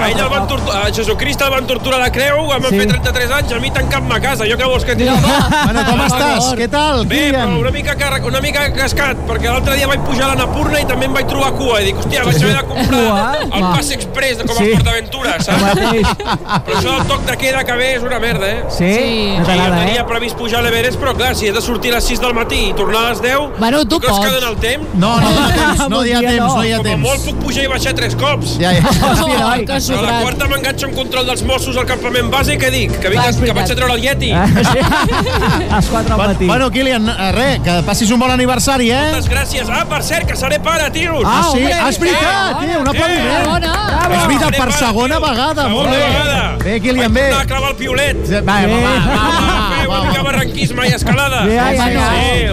Speaker 9: A ell el van torturar, a Jesucrist el van torturar a la creu, em van
Speaker 5: Sí.
Speaker 9: fer 33 anys, a mi tancant-me a casa. Jo què vols que t'hi digui?
Speaker 1: Bueno, com estàs? Què tal,
Speaker 9: Bé, però
Speaker 1: Kilian?
Speaker 9: una mica, car- una mica cascat, perquè l'altre dia vaig pujar a l'Anapurna i també em vaig trobar cua. I dic, hòstia, vaig haver de comprar
Speaker 5: Cua?
Speaker 9: el
Speaker 5: Va.
Speaker 9: pass express de com a
Speaker 5: Sí.
Speaker 9: PortAventura,
Speaker 5: El
Speaker 9: saps?
Speaker 5: mateix.
Speaker 9: Però això del toc de queda que ve és una merda, eh?
Speaker 5: Sí?
Speaker 4: Sí.
Speaker 5: No
Speaker 9: Sí, jo
Speaker 5: t'agrada,
Speaker 9: tenia
Speaker 5: eh?
Speaker 9: previst pujar a l'Everest, però clar, si has de sortir a les 6 del matí i tornar a les 10...
Speaker 4: Bueno, tu
Speaker 9: creus
Speaker 4: pots.
Speaker 9: que dona el temps?
Speaker 1: No, no hi ha temps, no
Speaker 5: Bon
Speaker 1: hi ha
Speaker 5: dia,
Speaker 1: temps,
Speaker 5: no.
Speaker 1: no hi ha
Speaker 9: Com a molt
Speaker 1: temps.
Speaker 9: puc pujar i baixar tres cops.
Speaker 1: Ja, ja.
Speaker 5: Hòstia,
Speaker 4: Oh,
Speaker 5: noi.
Speaker 4: que
Speaker 9: A la
Speaker 4: sobrat.
Speaker 9: quarta m'enganxa un control dels Mossos al campament base i què dic? Que, vinc,
Speaker 4: Va,
Speaker 9: a-
Speaker 4: és
Speaker 9: que
Speaker 4: veritat.
Speaker 9: vaig a treure el Yeti.
Speaker 5: Ah, sí. A les 4 del matí.
Speaker 1: Bueno, Kilian, eh, res, que passis un bon aniversari, eh?
Speaker 9: Moltes gràcies. Ah, per cert, que seré pare, tios!
Speaker 1: Ah, sí?
Speaker 5: hombre,
Speaker 1: Ah, és veritat,
Speaker 5: eh,
Speaker 1: tio, un aplaudiment.
Speaker 4: Enhorabona.
Speaker 1: És veritat, per
Speaker 9: Seré pare,
Speaker 1: segona
Speaker 9: tio.
Speaker 1: vegada, molt
Speaker 9: Segona
Speaker 1: bé.
Speaker 9: vegada.
Speaker 1: Bé, Kilian,
Speaker 9: Vaig
Speaker 1: bé.
Speaker 9: tornar a clavar el piolet.
Speaker 1: Va, va, va,
Speaker 9: Ah,
Speaker 1: va, va,
Speaker 9: fer una
Speaker 1: va,
Speaker 9: mica
Speaker 1: va.
Speaker 9: barranquisme i escalada.
Speaker 5: Bé, ai,
Speaker 9: sí,
Speaker 5: ai,
Speaker 9: sí,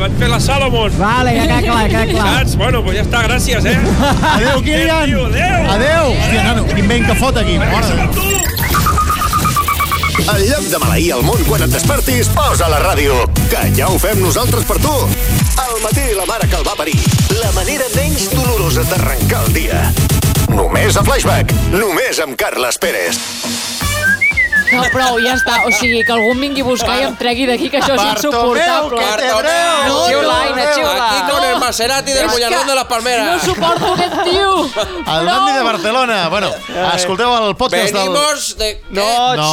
Speaker 9: vaig fer la Salomon.
Speaker 5: Vale, ja queda clar, queda clar.
Speaker 9: Saps? Bueno, doncs ja està, gràcies, eh?
Speaker 1: Adéu, Kilian.
Speaker 9: Adéu, adéu.
Speaker 1: Adéu. Hòstia, nano, quin vent que fot aquí. Mare de Déu.
Speaker 6: En lloc de maleir el món quan et despertis, posa la ràdio, que ja ho fem nosaltres per tu. Al matí la mare que el va parir, la manera menys dolorosa d'arrencar el dia. Només a Flashback, només amb Carles Pérez.
Speaker 4: No, prou, ja està. O sigui, que algú em vingui a buscar i em tregui d'aquí, que això és insuportable. No, no, no.
Speaker 12: Aquí con el Maserati del
Speaker 4: És
Speaker 12: Mollanón
Speaker 4: que
Speaker 12: de las Palmeras.
Speaker 4: No suporto aquest tio.
Speaker 1: El Dandi de Barcelona. Bueno, escolteu el podcast del...
Speaker 12: Venimos de...
Speaker 1: No, no, no,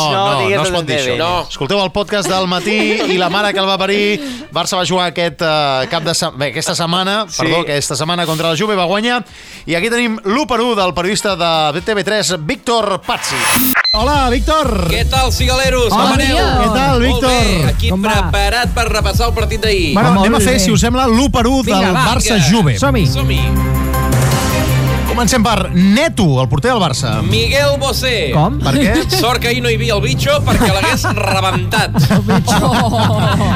Speaker 1: no es pot dir això. No. Escolteu el podcast del matí i la mare que el va parir. Barça va jugar aquest uh, cap de se... Bé, aquesta setmana, sí. perdó, aquesta setmana contra la Juve va guanyar. I aquí tenim l'1 per 1 del periodista de TV3, Víctor Pazzi.
Speaker 12: Hola, Víctor! Què tal, cigaleros?
Speaker 1: Hola,
Speaker 12: Com aneu?
Speaker 1: Víctor. Què tal, Víctor?
Speaker 12: Molt bé, aquí Com preparat per repassar el partit d'ahir.
Speaker 1: Bueno, anem a fer, si us sembla, l'1 per 1 del
Speaker 12: Vinga, va,
Speaker 1: Barça
Speaker 12: vinga.
Speaker 1: Juve.
Speaker 12: Som-hi. Som-hi.
Speaker 1: Comencem per Neto, el porter del Barça.
Speaker 12: Miguel Bosé.
Speaker 1: Com? Per què?
Speaker 12: Sort que ahir no hi havia el bitxo perquè l'hagués rebentat.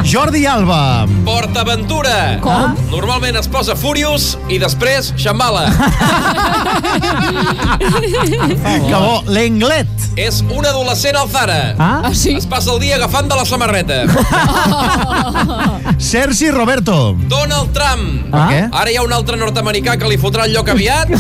Speaker 1: Jordi Alba.
Speaker 12: Portaventura.
Speaker 1: Com?
Speaker 12: Normalment es posa Furious i després Xambala.
Speaker 1: Que bo, l'Englet.
Speaker 12: És un adolescent al Zara.
Speaker 1: Ah? Ah, sí?
Speaker 12: Es passa el dia agafant de la samarreta.
Speaker 1: Sergi Roberto.
Speaker 12: Donald Trump.
Speaker 1: Ah? Per què?
Speaker 12: Ara hi ha un altre nord-americà que li fotrà el lloc aviat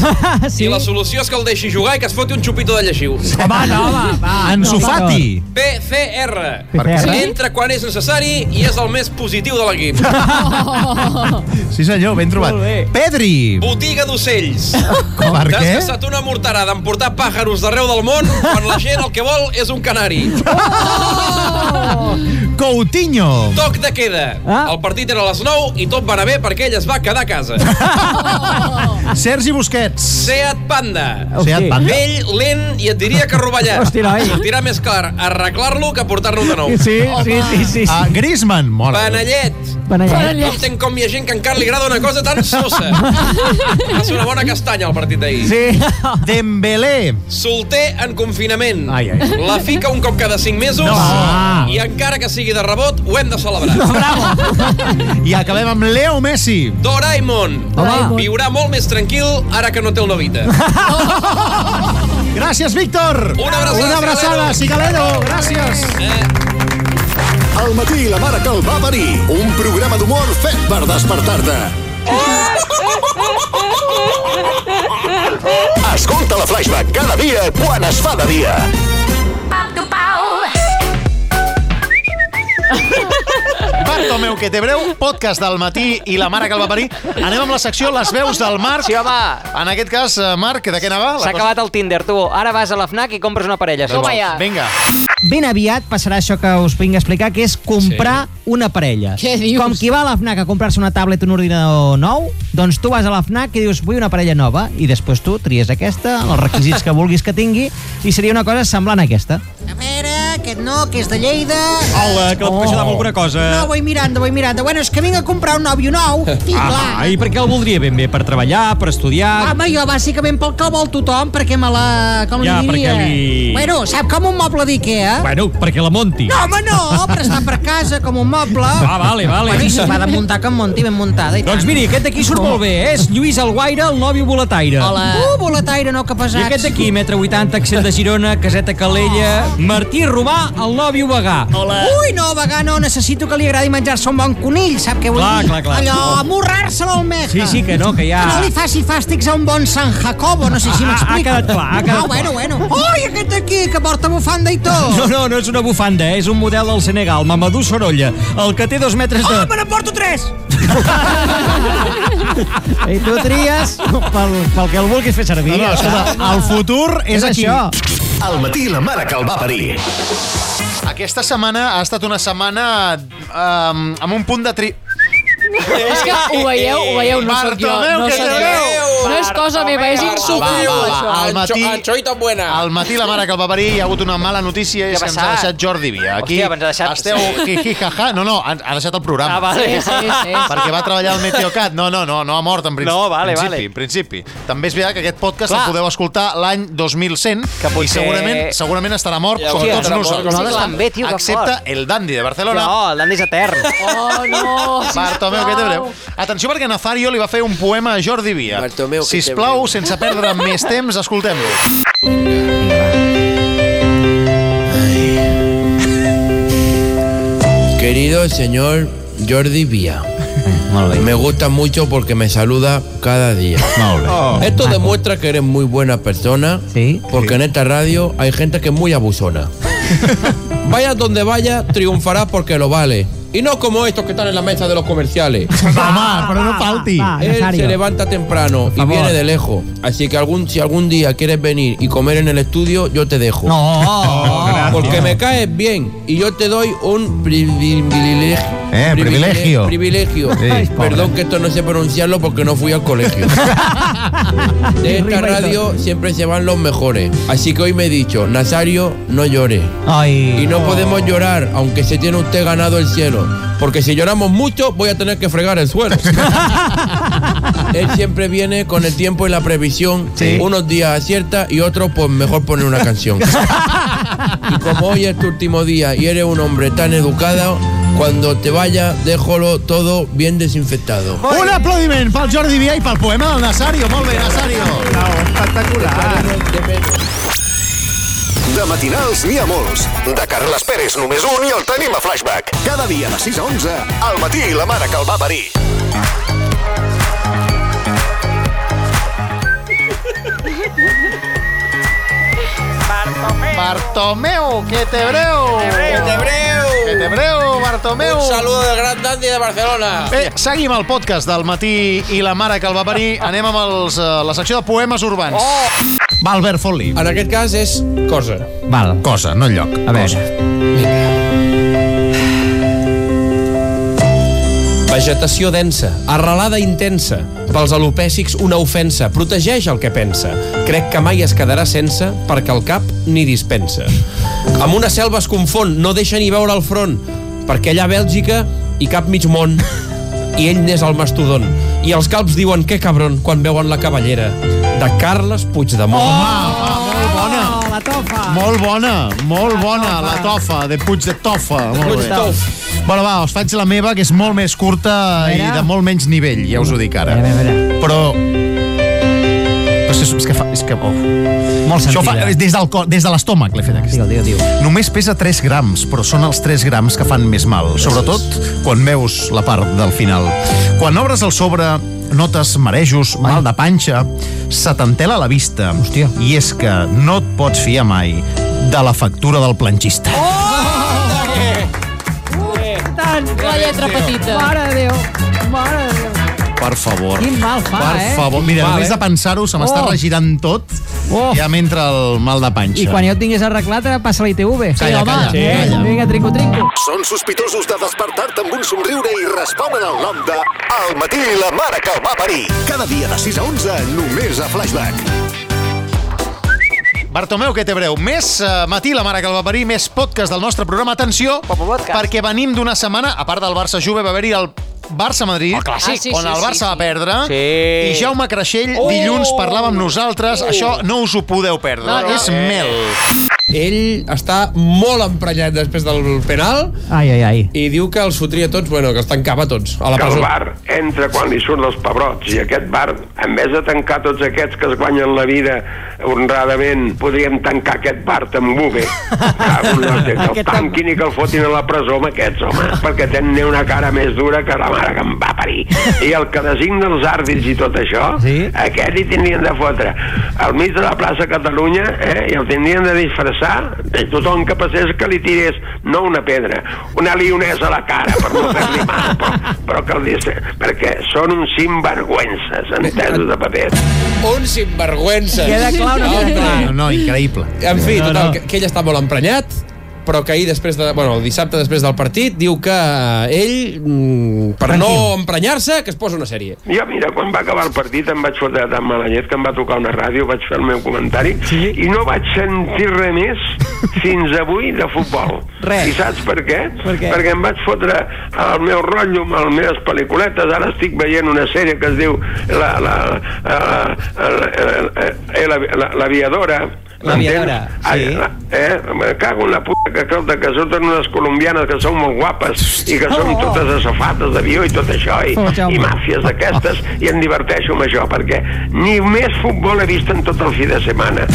Speaker 12: sí? i la solució és que el deixi jugar i que es foti un xupito de llegiu.
Speaker 1: Home, no, home, va. Ansu Fati.
Speaker 12: PCR.
Speaker 1: Per què? Sí?
Speaker 12: Entra quan és necessari i és el més positiu de l'equip.
Speaker 1: Sí senyor, ben trobat. Pedri.
Speaker 12: Botiga d'ocells.
Speaker 1: Com? Per
Speaker 12: T'has
Speaker 1: què?
Speaker 12: gastat una morterada en portar pàjaros d'arreu del món quan la gent el que vol és un canari.
Speaker 1: Coutinho.
Speaker 12: Toc de queda. Ah? El partit era a les 9 i tot va anar bé perquè ell es va quedar a casa.
Speaker 1: Sergi Busquets.
Speaker 12: Seat Panda.
Speaker 1: Ok. Seat Panda?
Speaker 12: Vell, lent i et diria que rovellat.
Speaker 1: Oh, Hosti, noi.
Speaker 12: Sortirà més car arreglar-lo que portar-lo de nou.
Speaker 1: Ah, Griezmann, mort.
Speaker 12: Benallet.
Speaker 1: Benallet.
Speaker 12: No entenc com hi ha gent que encara li agrada una cosa tan sosa. Va ser una bona castanya el partit d'ahir.
Speaker 1: Dembélé.
Speaker 12: Solter en confinament.
Speaker 1: Ai, ai.
Speaker 12: La fica un cop cada 5 mesos
Speaker 1: No.
Speaker 12: i encara que sigui de rebot ho hem de celebrar.
Speaker 1: I acabem amb Leo Messi.
Speaker 12: Doraemon.
Speaker 1: Home.
Speaker 12: Viurà molt més tranquil ara que no té el Novita.
Speaker 1: Gràcies, Víctor.
Speaker 12: Una abraçada,
Speaker 1: Una abraçada, Cigaledo. Gràcies.
Speaker 6: Al matí la mare que el va parir. Un programa d'humor fet per despertar-te. Escolta la Flashback cada dia quan es fa de dia.
Speaker 1: Bartomeu, que té breu, podcast del matí i la mare que el va parir. Anem amb la secció Les veus del Marc. Sí, home. En aquest cas, eh, Marc, de què anava? La
Speaker 2: S'ha
Speaker 1: cosa-
Speaker 2: acabat el Tinder, tu. Ara vas a la FNAC i compres una parella.
Speaker 1: Doncs Vinga.
Speaker 5: Ben aviat passarà això que us vinc a explicar, que és comprar sí. una parella.
Speaker 4: Què dius?
Speaker 5: Com qui va a la FNAC a comprar-se una tablet o un ordinador nou, doncs tu vas a la FNAC i dius vull una parella nova, i després tu tries aquesta, els requisits que vulguis que tingui, i seria una cosa semblant a aquesta.
Speaker 13: Aquest no, que és de Lleida. Oh.
Speaker 8: Hola, que la puc ajudar amb
Speaker 5: Oh.
Speaker 8: alguna cosa?
Speaker 13: No, vull Miranda, vull Miranda. Bueno, és que vinc a comprar un nòvio nou. I clar,
Speaker 8: Ah, i per què el voldria ben bé? Per treballar, per estudiar...
Speaker 13: home, jo bàsicament pel que vol tothom, perquè me la... Com
Speaker 8: Ja,
Speaker 13: li diria?
Speaker 8: perquè li-
Speaker 13: Bueno, sap com un moble d'Ikea?
Speaker 8: Bueno, perquè la monti.
Speaker 13: No, home, no, però està per casa, com un moble.
Speaker 8: Va, vale, vale.
Speaker 13: Bueno, i si va de muntar, que em munti ben muntada. I
Speaker 8: Doncs
Speaker 13: tant.
Speaker 8: miri, aquest d'aquí surt molt bé, eh? és Lluís Alguaire, el nòvio boletaire.
Speaker 13: Hola. Uh, boletaire, no, que pesats.
Speaker 8: I aquest d'aquí, metre 80, accent de Girona, caseta Calella...
Speaker 13: Oh.
Speaker 8: Martí Romà, el nòvio vegà.
Speaker 13: Ui, no, vegà no, necessito que li agradi menjar-se un bon conill, sap què vull
Speaker 8: Clar,
Speaker 13: dir?
Speaker 8: clar, clar.
Speaker 13: Allò, amorrar-se l'almeja.
Speaker 8: Sí, sí, que no, que ja-
Speaker 13: Que no li faci fàstics a un bon San Jacobo, no sé si
Speaker 8: Ah,
Speaker 13: m'explico.
Speaker 8: ha quedat clar, ha quedat
Speaker 13: ah, bueno, bueno. Ui, aquest aquí, que porta bufanda i tot.
Speaker 8: No, no, no és una bufanda, eh? és un model del Senegal, Mamadou Sorolla, el que té dos metres de...
Speaker 13: Oh, me n'emporto tres!
Speaker 5: I tu tries pel, pel que el vulguis fer servir.
Speaker 6: No, no,
Speaker 8: Ah,
Speaker 6: escolta, el futur
Speaker 1: és aquí.
Speaker 5: Això.
Speaker 6: Al matí la mare que el va parir.
Speaker 1: Aquesta setmana ha estat una setmana um, amb un punt de tri...
Speaker 4: És que ho veieu, ho veieu, no sóc jo.
Speaker 1: Bartomeu,
Speaker 4: No,
Speaker 1: que
Speaker 4: sóc
Speaker 1: te
Speaker 4: jo.
Speaker 1: veu!
Speaker 4: no és cosa meva, és insuportable, això.
Speaker 1: Al matí, al matí la mare que el va parir hi ha hagut una mala notícia i
Speaker 2: Què ha
Speaker 1: és que ens ha
Speaker 2: passat?
Speaker 1: deixat Jordi Via. Aquí
Speaker 2: Hòstia, ens ha deixat.
Speaker 1: esteu jijijaja. No, no, ha ha deixat el programa.
Speaker 2: Ah, vale. Sí, sí, sí.
Speaker 1: Perquè va treballar al Meteocat. No, no, no, no ha mort en principi.
Speaker 2: No, vale,
Speaker 1: principi,
Speaker 2: vale.
Speaker 1: En principi. També és veritat que aquest podcast
Speaker 2: Clar.
Speaker 1: el podeu escoltar l'any 2100 que
Speaker 2: potser-
Speaker 1: i segurament, segurament estarà mort
Speaker 2: Ja,
Speaker 1: com
Speaker 2: hòstia,
Speaker 1: tots
Speaker 2: estarà mort.
Speaker 1: nosaltres.
Speaker 2: Nosaltres també, tio, que
Speaker 1: Excepte
Speaker 2: fort.
Speaker 1: el Dandi de Barcelona.
Speaker 2: No, el Dandi és etern.
Speaker 4: Oh, no,
Speaker 1: Bartomeu, que té breu. Atenció perquè Nazario li va fer un poema a Jordi Via. Bartomeu,
Speaker 12: que té
Speaker 1: Sisplau, sense perdre més temps, escoltem-lo.
Speaker 14: Querido señor Jordi Vía, me gusta mucho porque me saluda cada día. Esto demuestra que eres muy buena persona, porque en esta radio hay gente que es muy abusona. Vaya donde vaya, triunfará porque lo vale. Y no como estos que están en la mesa de los comerciales.
Speaker 1: Mamá, pero no falti.
Speaker 14: Él se levanta temprano y viene de lejos. Así que algún, si algún día quieres venir y comer en el estudio, yo te dejo.
Speaker 1: No, No, Oh, gracias.
Speaker 14: porque me caes bien y yo te doy un privilegio.
Speaker 1: Eh, privilegio.
Speaker 14: privilegio.
Speaker 1: Sí.
Speaker 14: Perdón que esto no sé pronunciarlo porque no fui al colegio. De esta radio siempre se van los mejores. Así que hoy me he dicho, Nazario, no llore. Y no podemos llorar, aunque se tiene usted ganado el cielo. Porque si lloramos mucho, voy a tener que fregar el suelo. Él siempre viene con el tiempo y la previsión. Unos días acierta y otros, pues mejor poner una canción. Y como hoy es tu último día y eres un hombre tan educado, cuando te vayas, déjalo todo bien desinfectado.
Speaker 1: Un aplaudiment pel Jordi Via i pel poema del Nasario. Molt bé, Nasario.
Speaker 6: Espectacular. Ah. De matinals n'hi ha molts. De Carles Pérez només un i el tenim a Flashback. Cada dia de 6 a 11, al matí i la mare que el va parir.
Speaker 1: Bartomeu, que te breu. Que te breu. Que te breu, Bartomeu.
Speaker 14: Un saludo del gran dandy de Barcelona.
Speaker 1: Bé, seguim el podcast del matí i la mare que el va parir. Anem amb els, eh, la secció de poemes urbans. Oh. Va, Albert, fot-li.
Speaker 14: En aquest cas és cosa.
Speaker 1: Val. Cosa, no lloc. A
Speaker 5: veure.
Speaker 14: Vegetació densa, arrelada intensa. Pels alopècics una ofensa, protegeix el que pensa. Crec que mai es quedarà sense, perquè el cap ni dispensa. Amb una selva es confon, no deixa ni veure el front, perquè allà a Bèlgica hi cap mig món. I ell n'és el mastodon. I els calps diuen que cabron quan veuen la cavallera de Carles Puigdemont.
Speaker 1: Home, molt bona.
Speaker 4: la tofa.
Speaker 1: Molt bona, molt bona, la tofa, de Puig de Tofa. Molt bé.
Speaker 14: Puigtof.
Speaker 1: Bueno, va, us faig la meva, que és molt més curta i de molt menys nivell, ja us ho dic ara. Però... Però és, és que fa... És que... Oh.
Speaker 5: Molt
Speaker 1: Això fa,
Speaker 5: sentida.
Speaker 1: és des, del, cor- des de l'estómac l'he fet aquesta.
Speaker 5: Digue, digue, digue.
Speaker 1: Només pesa 3 grams, però són els 3 grams que fan més mal, sobretot quan veus la part del final. Quan obres el sobre, notes marejos, mal de panxa, se t'entela la vista. Hòstia. I és que no et pots fiar mai de la factura del planxista.
Speaker 4: Tant, la lletra petita. Mare de Déu, mare de Déu.
Speaker 1: Per favor.
Speaker 4: Quin mal fa,
Speaker 1: per
Speaker 4: eh?
Speaker 1: favor. Mira,
Speaker 4: Mal,
Speaker 1: només
Speaker 4: eh?
Speaker 1: de pensar-ho se m'està
Speaker 4: Oh.
Speaker 1: regirant tot oh. ja mentre el mal de panxa.
Speaker 5: I quan jo tingués arreglat, ara passa la ITV.
Speaker 1: Calla, calla,
Speaker 5: Sí.
Speaker 1: calla.
Speaker 5: eh? Vinga, trinco, trinco.
Speaker 6: Són sospitosos de despertar-te amb un somriure i responen al nom de El matí i la mare que el va parir. Cada dia de 6 a 11, només a Flashback.
Speaker 1: Bartomeu, que té breu. Més eh, matí, la mare que el va parir, més podcast del nostre programa. Atenció, perquè venim d'una setmana, a part del Barça-Juve, va haver-hi el Barça-Madrid,
Speaker 2: clàssic. Ah, sí, sí,
Speaker 1: on el
Speaker 2: sí,
Speaker 1: Barça
Speaker 2: sí,
Speaker 1: va perdre,
Speaker 2: Sí.
Speaker 1: i Jaume Creixell,
Speaker 2: Oh!
Speaker 1: dilluns parlava amb nosaltres, això no us ho podeu perdre,
Speaker 14: No, no.
Speaker 1: és
Speaker 14: Eh.
Speaker 1: mel.
Speaker 14: Ell està molt emprenyat després del penal
Speaker 5: Ai, ai, ai.
Speaker 14: i diu que els fotria tots, bueno, que els tancava tots a la
Speaker 15: que el
Speaker 14: presó.
Speaker 15: bar entra quan li surt dels pebrots i aquest bar, en vez de tancar tots aquests que es guanyen la vida honradament, podríem tancar aquest bar amb UB. Que el tanquin i que el fotin a la presó amb aquests, home, perquè tenen una cara més dura que la mare que em va parir. I el que designa els àrbits i tot això, sí? aquest hi tindrien de fotre al mig de la plaça Catalunya eh, i el tindrien de disfressar de tothom que passés que li tirés no una pedra, una lionesa a la cara per no fer-li mal, però, però que el disfre... perquè són uns sinvergüences, entesos de paper.
Speaker 14: Un sinvergüenza.
Speaker 15: Queda clar una cosa clara.
Speaker 1: No, no, increïble.
Speaker 14: En fi,
Speaker 1: No,
Speaker 14: total,
Speaker 1: no.
Speaker 14: Que, que ell està molt emprenyat, però que ahir, després de, bueno, el dissabte després del partit, diu que eh, ell, mm, per no emprenyar-se, que es posa una sèrie.
Speaker 15: Jo, mira, quan va acabar el partit em vaig fotre tan mala llet que em va tocar una ràdio, vaig fer el meu comentari sí? i no vaig sentir res més fins avui de futbol. Res. I saps per què? per què? Perquè em vaig fotre el meu rotllo amb les meves pel·lículetes. Ara estic veient una sèrie que es diu la, la, la, la, la, la, la, l'aviadora.
Speaker 8: L'aviadora,
Speaker 15: M'entens? Ai,
Speaker 8: sí.
Speaker 15: la- Eh? Me cago en la puta que escolta, que surten unes colombianes que són molt guapes i que són totes asafates d'avió i tot això, i,
Speaker 8: Oh, Jaume.
Speaker 15: i màfies d'aquestes, i em diverteixo amb això, perquè ni més futbol he vist en tot el fi de setmana.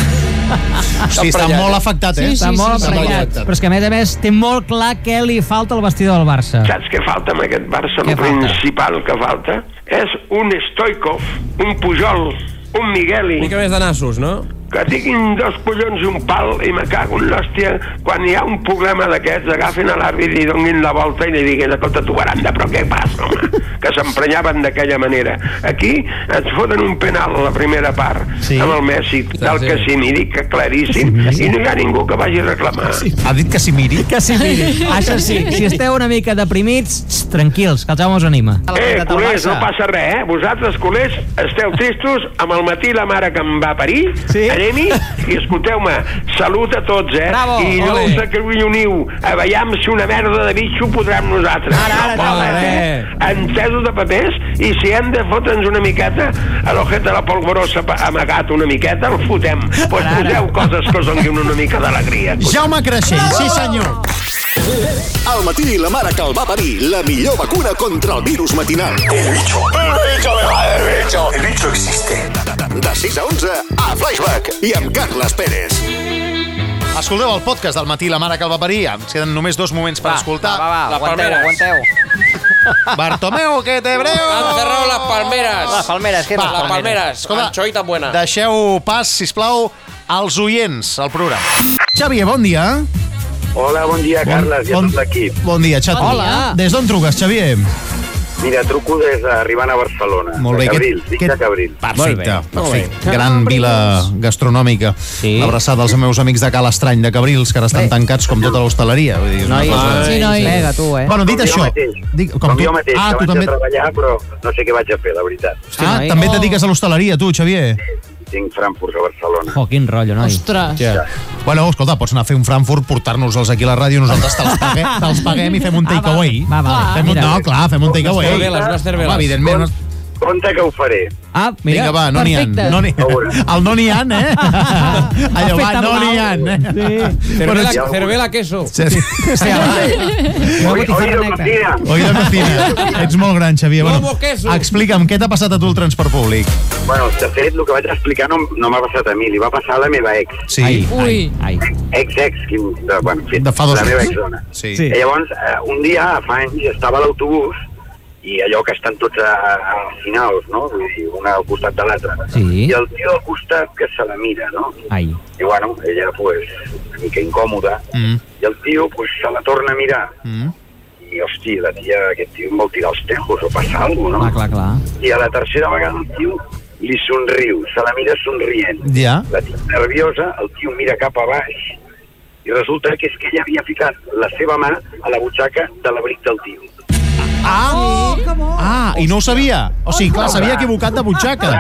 Speaker 1: Hosti, està molt afectat, eh?
Speaker 5: Està molt emprenyat. Però és que, a més a més, té molt clar què li falta al vestidor del Barça.
Speaker 15: Saps què falta amb aquest Barça? El principal que falta és un Stoikov, un Pujol, un Migueli...
Speaker 3: Mica més de nassos, no?
Speaker 15: Que diguin dos collons un pal i me cago en l'hòstia quan hi ha un problema d'aquests, agafin a l'àrbit i donin la volta i li diguin, escolta, tu baranda, però què passa, home? Que s'emprenyaven d'aquella manera. Aquí ens foten un penal a la primera part sí. amb el Messi, del que s'hi miri, que claríssim, i no hi ha ningú que vagi a reclamar. Sí.
Speaker 1: Ha dit que s'hi miri?
Speaker 5: Que s'hi miri. Això sí, si esteu una mica deprimits, txt, tranquils, que el Jaume us anima.
Speaker 15: Eh, culers, no passa res, eh? Vosaltres, culers, esteu tristos, amb el matí la mare que em va a parir, sí? anem-hi, i escolteu-me, salut a tots, eh?
Speaker 2: Bravo,
Speaker 15: I no
Speaker 2: ole.
Speaker 15: us acrionyoniu, a veiem si una merda de bitxo podrà amb nosaltres. Ara, ara, no, ara, eh? Entesos de papers, i si hem de fotre'ns una miqueta a l'ojet de la polvorosa pa- amagat una miqueta, el fotem. Doncs pues poseu coses que us donin una mica d'alegria.
Speaker 1: Jaume Creixell, sí senyor.
Speaker 6: Al matí la mare que el va parir, la millor vacuna contra el virus matinal. El bicho, el bicho, el bicho, el bicho existe. De 6 a 11 a Flashback i amb Carles Pérez.
Speaker 1: Escolteu el podcast del matí, la mare que el va parir. Ens queden només dos moments per escoltar.
Speaker 2: Va, va, aguanteu, aguanteu.
Speaker 1: Bartomeu, que te breu!
Speaker 12: Han cerrado las palmeras.
Speaker 2: Las palmeras, ¿qué
Speaker 12: Las
Speaker 2: tal?
Speaker 12: palmeras.
Speaker 1: Escolta.
Speaker 12: Anchoita buena.
Speaker 1: Deixeu pas, si plau, als oients al programa. Xavier, bon dia.
Speaker 16: Hola, bon dia, bon, Carles, i a tot l'equip.
Speaker 1: Bon dia, Xavi.
Speaker 16: Bon dia.
Speaker 1: Des d'on truques, Xavier?
Speaker 16: Mira, truco des d'arribant a Barcelona.
Speaker 1: Molt
Speaker 16: De
Speaker 1: bé, aquest-
Speaker 16: Cabrils, dic de Cabrils.
Speaker 1: Perfecte, perfecte. Gran vila gastronòmica. Sí. Abraçada als meus amics de Cal Estrany, de Cabrils, que ara estan tancats com tota l'hostaleria. Vull dir, és una
Speaker 16: Nois,
Speaker 1: cosa...
Speaker 16: sí, nois. Pega, tu, eh.
Speaker 1: Bueno, dit
Speaker 16: Com jo
Speaker 1: això...
Speaker 16: mateix.
Speaker 1: Dic,
Speaker 16: Com, com tu... jo mateix,
Speaker 1: ah,
Speaker 16: que
Speaker 1: tu
Speaker 16: vaig
Speaker 1: també...
Speaker 16: a treballar, però no sé què vaig a fer, la veritat.
Speaker 1: Ah, també
Speaker 16: Oh.
Speaker 1: et dediques a l'hostaleria, tu, Xavier?
Speaker 16: Tinc Frankfurt a Barcelona.
Speaker 1: Oh, quin rotllo, noi.
Speaker 4: Ostres.
Speaker 1: Ja. Bueno, escolta, pots anar a fer un Frankfurt, portar-nos-els aquí a la ràdio, nosaltres te'ls paguem, te'ls paguem i fem un takeaway.
Speaker 5: Ah, Va, va,
Speaker 1: Fem un, no, clar, fem un takeaway.
Speaker 5: Les cerveles, les cerveles.
Speaker 1: Home, Evidentment, doncs no-
Speaker 16: Compte Ah, que ho faré.
Speaker 5: Ah,
Speaker 1: Mira,
Speaker 5: mira,
Speaker 1: Vinga, va, no n'hi ha.
Speaker 5: perfecte.
Speaker 1: No n'hi- el no n'hi ha, eh? Allò,
Speaker 5: fet
Speaker 1: va,
Speaker 5: amb
Speaker 1: no n'hi ha.
Speaker 5: l'au.
Speaker 1: Eh?
Speaker 5: Sí.
Speaker 3: Cervela,
Speaker 1: Però-
Speaker 3: cervela queso.
Speaker 1: Sí. Sí,
Speaker 3: Oye, oído mentira.
Speaker 1: Oïda Mecina, ets molt gran, Xavier. Bueno,
Speaker 16: Lomo queso.
Speaker 1: explica'm, què t'ha passat a tu el transport públic?
Speaker 16: Bueno, de fet, el que vaig explicar no, no m'ha passat a mi, li va passar a la meva ex.
Speaker 1: Sí. Ai,
Speaker 4: Ui.
Speaker 16: Ai, Ex-ex, qui- de, bueno, en fi,
Speaker 1: De fa dos
Speaker 16: la meva
Speaker 1: anys.
Speaker 16: exdona.
Speaker 1: Sí.
Speaker 16: I llavors, eh, un dia, fa anys, estava a l'autobús i allò que estan tots a, a finals, no? Vull dir, una al costat de l'altra.
Speaker 5: Sí.
Speaker 16: I el tio al costat que se la mira, no?
Speaker 5: Ai.
Speaker 16: I bueno, ella, pues, una mica incòmoda.
Speaker 5: Mm.
Speaker 16: I el tio, pues, se la torna a mirar.
Speaker 1: Mm.
Speaker 16: I, hosti, la tia, aquest tio em vol tirar els tejos o passar alguna cosa, no?
Speaker 5: Clar, clar, clar.
Speaker 16: I a la tercera vegada el tio li somriu, se la mira somrient.
Speaker 1: Ja.
Speaker 16: La tia nerviosa, el tio mira cap a baix i resulta que és que ella havia ficat la seva mà a la butxaca de l'abric del tio.
Speaker 1: Ah, oh, ah, i no ho sabia. O sigui, clar, s'havia equivocat de butxaca.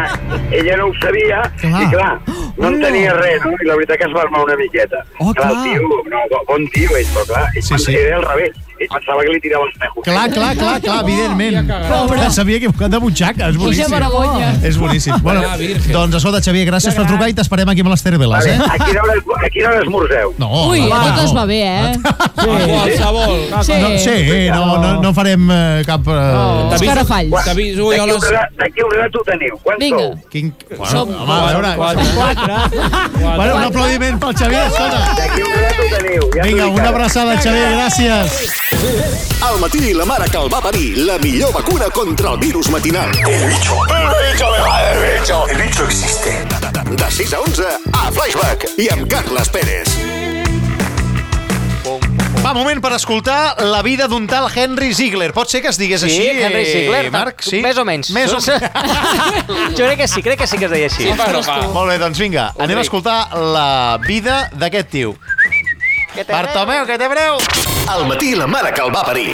Speaker 16: Ella no ho sabia clar. i, clar, no en tenia res, no? I la veritat que es va armar una miqueta. Oh, clar. El tio, no, bo- bon tio ell, però clar, ell sí, sí. era al revés. Ell pensava que li tirava els tejos.
Speaker 1: Clar, clar, clar, clar, evidentment.
Speaker 16: Oh, Pobre.
Speaker 1: Clar, S'havia equivocat de butxaca, és boníssim.
Speaker 16: Quina vergonya.
Speaker 1: És boníssim. Bueno,
Speaker 16: Ah, virgen.
Speaker 1: doncs, escolta, Xavier, gràcies per trucar i t'esperem aquí amb les terveles,
Speaker 16: Vale,
Speaker 1: eh?
Speaker 16: a quina hora, a quina hora esmorzeu?
Speaker 5: Oh,
Speaker 1: No,
Speaker 4: Ui,
Speaker 1: va,
Speaker 4: a
Speaker 1: va,
Speaker 4: totes
Speaker 1: no.
Speaker 4: va bé, eh?
Speaker 3: Qualsevol.
Speaker 4: Sí.
Speaker 1: No, sí, no, no, no farem eh, cap... Eh...
Speaker 4: No. Escarafalls.
Speaker 3: T'aviso,
Speaker 16: D'aquí
Speaker 3: jo
Speaker 16: un
Speaker 3: les-
Speaker 16: rato- D'aquí un rato teniu. Quants
Speaker 4: Vinga.
Speaker 16: sou?
Speaker 1: Quin... Bueno,
Speaker 16: Som
Speaker 1: home, a veure...
Speaker 16: quatre.
Speaker 1: Bueno, un aplaudiment pel Xavier, escolta.
Speaker 16: D'aquí un rato teniu. Ja t'ho
Speaker 1: Vinga,
Speaker 16: dic
Speaker 1: una
Speaker 16: ara.
Speaker 1: abraçada, Xavier, gràcies.
Speaker 6: Al matí la mare que el va parir, la millor vacuna contra el virus matinal. El bicho, el bicho, el bicho, el bicho existe. De 6 a 11 a Flashback i amb Carles Pérez.
Speaker 1: Va, moment per escoltar la vida d'un tal Henry Ziegler. Pot ser que es digués
Speaker 2: Sí,
Speaker 1: així, eh,
Speaker 2: Henry Ziegler,
Speaker 1: Marc? Sí?
Speaker 2: més o menys.
Speaker 1: Més o menys.
Speaker 2: jo crec que sí, crec que sí que es deia així.
Speaker 1: Sí, però va. Molt bé, doncs vinga, anem a escoltar la vida d'aquest tio. Bartomeu, que té breu!
Speaker 6: Al matí la mare que el va parir.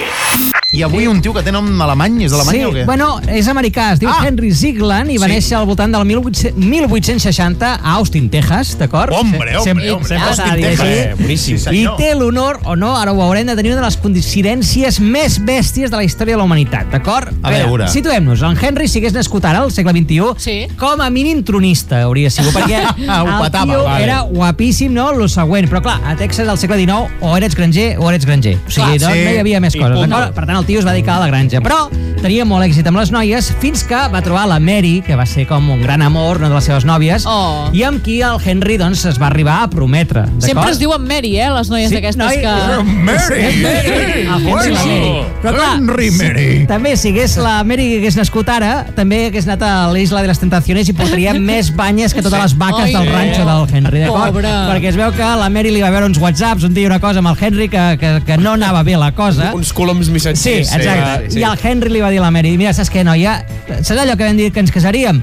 Speaker 1: I avui un tio que té nom alemany, és alemany
Speaker 5: sí,
Speaker 1: o què?
Speaker 5: bueno, és americà, es diu ah. Henry Zigland i va
Speaker 1: Sí.
Speaker 5: sí. néixer al voltant del 1800 1860 a Austin, Texas, d'acord? Se-
Speaker 1: Hombre, hombre,
Speaker 5: sempre-
Speaker 1: hombre,
Speaker 5: sempre
Speaker 1: Austin,
Speaker 5: s'ha de dir
Speaker 1: Texas.
Speaker 5: així.
Speaker 1: Eh, boníssim. Sí,
Speaker 5: I
Speaker 1: senyor.
Speaker 5: té l'honor, o no, ara ho haurem de tenir, una de les coincidències més bèsties de la història de la humanitat, d'acord?
Speaker 1: A veure.
Speaker 5: Situem-nos, en Henry si hagués nascut ara, al segle XXI, sí. com a mínim tronista hauria sigut, perquè
Speaker 1: Ah, ho
Speaker 5: el
Speaker 1: petava,
Speaker 5: tio
Speaker 1: vale.
Speaker 5: era guapíssim, no?, lo següent. Però clar, a Texas al segle XIX o eres granger o eres granger. O sigui, no,
Speaker 1: Clar, sí.
Speaker 5: no hi havia més
Speaker 1: I
Speaker 5: coses,
Speaker 1: punt.
Speaker 5: d'acord? Per tant, el tio es va dedicar a la granja. Però tenia molt èxit amb les noies fins que va trobar la Mary, que va ser com un gran amor, una de les seves nòvies, oh. i amb qui el Henry doncs, es va arribar a prometre. d'acord?
Speaker 4: Sempre es diuen Mary, eh, les noies
Speaker 5: Sí,
Speaker 4: d'aquestes
Speaker 5: noi-
Speaker 4: que...
Speaker 5: Mary!
Speaker 4: Ah,
Speaker 5: Henry
Speaker 4: sí,
Speaker 5: Mary.
Speaker 4: sí.
Speaker 5: Però clar,
Speaker 4: Henry Mary.
Speaker 5: si- També, si hagués la Mary que hagués nascut ara, també hagués anat a l'Isla de les Tentaciones i portaria més banyes que totes les vaques
Speaker 13: Ai,
Speaker 5: del
Speaker 13: no.
Speaker 8: eh.
Speaker 5: ranxo del Henry, d'acord?
Speaker 13: Pobre.
Speaker 5: Perquè es veu que la Mary li va veure uns whatsapps un dia i una cosa amb el Henry que, que, que no anava bé la cosa.
Speaker 14: Uns coloms
Speaker 5: Sí,
Speaker 14: missatgers.
Speaker 5: exacte. I el Henry li va dir a la Mary, mira, saps què, noia? Saps allò que vam dir que ens casaríem?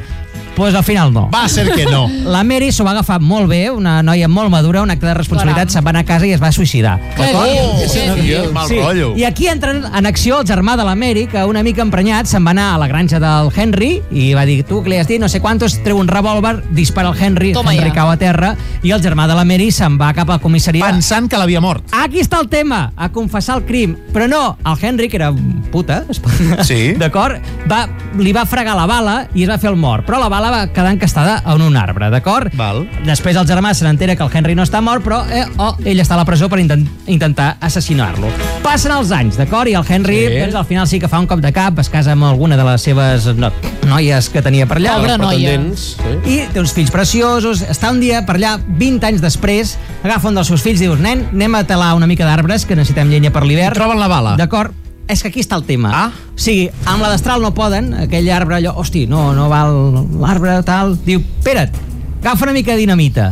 Speaker 5: Pues al final no.
Speaker 1: Va ser que no.
Speaker 5: La Mary s'ho va agafar molt bé, una noia molt madura, un acte de responsabilitat, se'n va anar a casa i es va suïcidar.
Speaker 1: Què
Speaker 5: D'acord?
Speaker 1: dius? Què dius? Mal rotllo.
Speaker 5: I aquí entra en acció el germà de la Mary, que una mica emprenyat se'n va anar a la granja del Henry i va dir, tu, que li has dit no sé quantos, treu un revòlver, dispara el Henry,
Speaker 1: Toma
Speaker 5: Henry
Speaker 1: ja.
Speaker 5: cau a terra, i el germà de la Mary se'n va cap a la comissaria. Pensant que l'havia mort. Aquí està el tema, a confessar el crim. Però no, el Henry, que era un puta, es pot-
Speaker 1: Sí.
Speaker 5: d'acord? Va, li va fregar la bala i es va fer el mort, però la bala va quedar encastada en un arbre, d'acord? Val. Després el germà se n'entera que el Henry no està mort, però eh, oh, ell està a la presó per intent intentar assassinar-lo. Passen els anys, d'acord? I el Henry
Speaker 13: Sí.
Speaker 5: doncs, al final sí que fa un cop de cap, es casa amb alguna de les seves no, noies que tenia per allà.
Speaker 13: Pobra
Speaker 5: les
Speaker 13: noia.
Speaker 5: pretendents, I té uns fills preciosos, està un dia per allà, 20 anys després, agafa un dels seus fills i dius, nen, anem a talar una mica d'arbres, que necessitem llenya per l'hivern. Troben la bala. D'acord? És que aquí està el tema. Ah? O sigui, amb la destral no poden, aquell arbre allò, hosti, no, no val l'arbre, tal... Diu, espera't, agafa una mica de dinamita.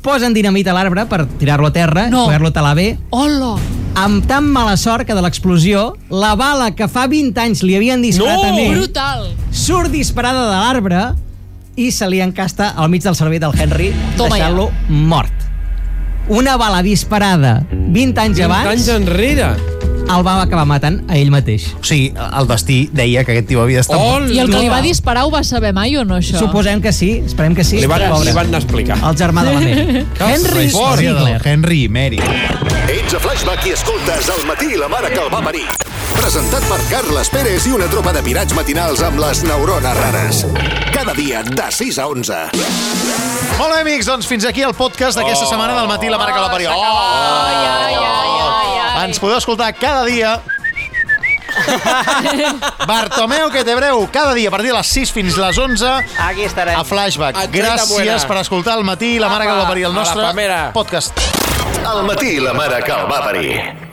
Speaker 5: Posen dinamita a l'arbre per tirar-lo a terra, no. poder-lo talar bé. Hola! Amb tan mala sort que de l'explosió, la bala que fa 20 anys li havien disparat a ell
Speaker 4: Brutal!
Speaker 5: surt disparada de l'arbre i se li encasta al mig del cervell del Henry,
Speaker 4: Toma ja.
Speaker 5: deixant-lo mort. Una bala disparada 20 anys
Speaker 14: 20
Speaker 5: abans...
Speaker 14: anys enrere.
Speaker 5: El va acabar matant a ell mateix.
Speaker 1: O sigui, el destí deia que aquest tio havia d'estar...
Speaker 4: I el que li va disparar ho va saber mai o no, això?
Speaker 5: Suposem que sí, esperem que sí.
Speaker 1: Li van-
Speaker 5: Pobre.
Speaker 1: li van anar a
Speaker 14: explicar.
Speaker 5: El germà de la Mary.
Speaker 1: Henry Ziegler. Henry i Mary.
Speaker 6: Ets a Flashback i escoltes El matí i la mare que el va parir. Presentat per Carles Pérez i una tropa de pirats matinals amb les neurones rares. Cada dia de 6 a 11.
Speaker 1: Molt bé, amics, doncs fins aquí el podcast d'aquesta setmana del matí la mare que la parió. Ens podeu escoltar cada dia Bartomeu, que té breu, cada dia a partir de les 6 fins les 11 Aquí estarem. a Flashback.
Speaker 6: Atxeta
Speaker 1: Gràcies
Speaker 6: buena.
Speaker 1: per escoltar el matí i la mare que
Speaker 6: Apa,
Speaker 1: va parir el
Speaker 6: a la
Speaker 1: nostre
Speaker 6: pamera.
Speaker 1: podcast.
Speaker 6: El matí i la mare que el va parir.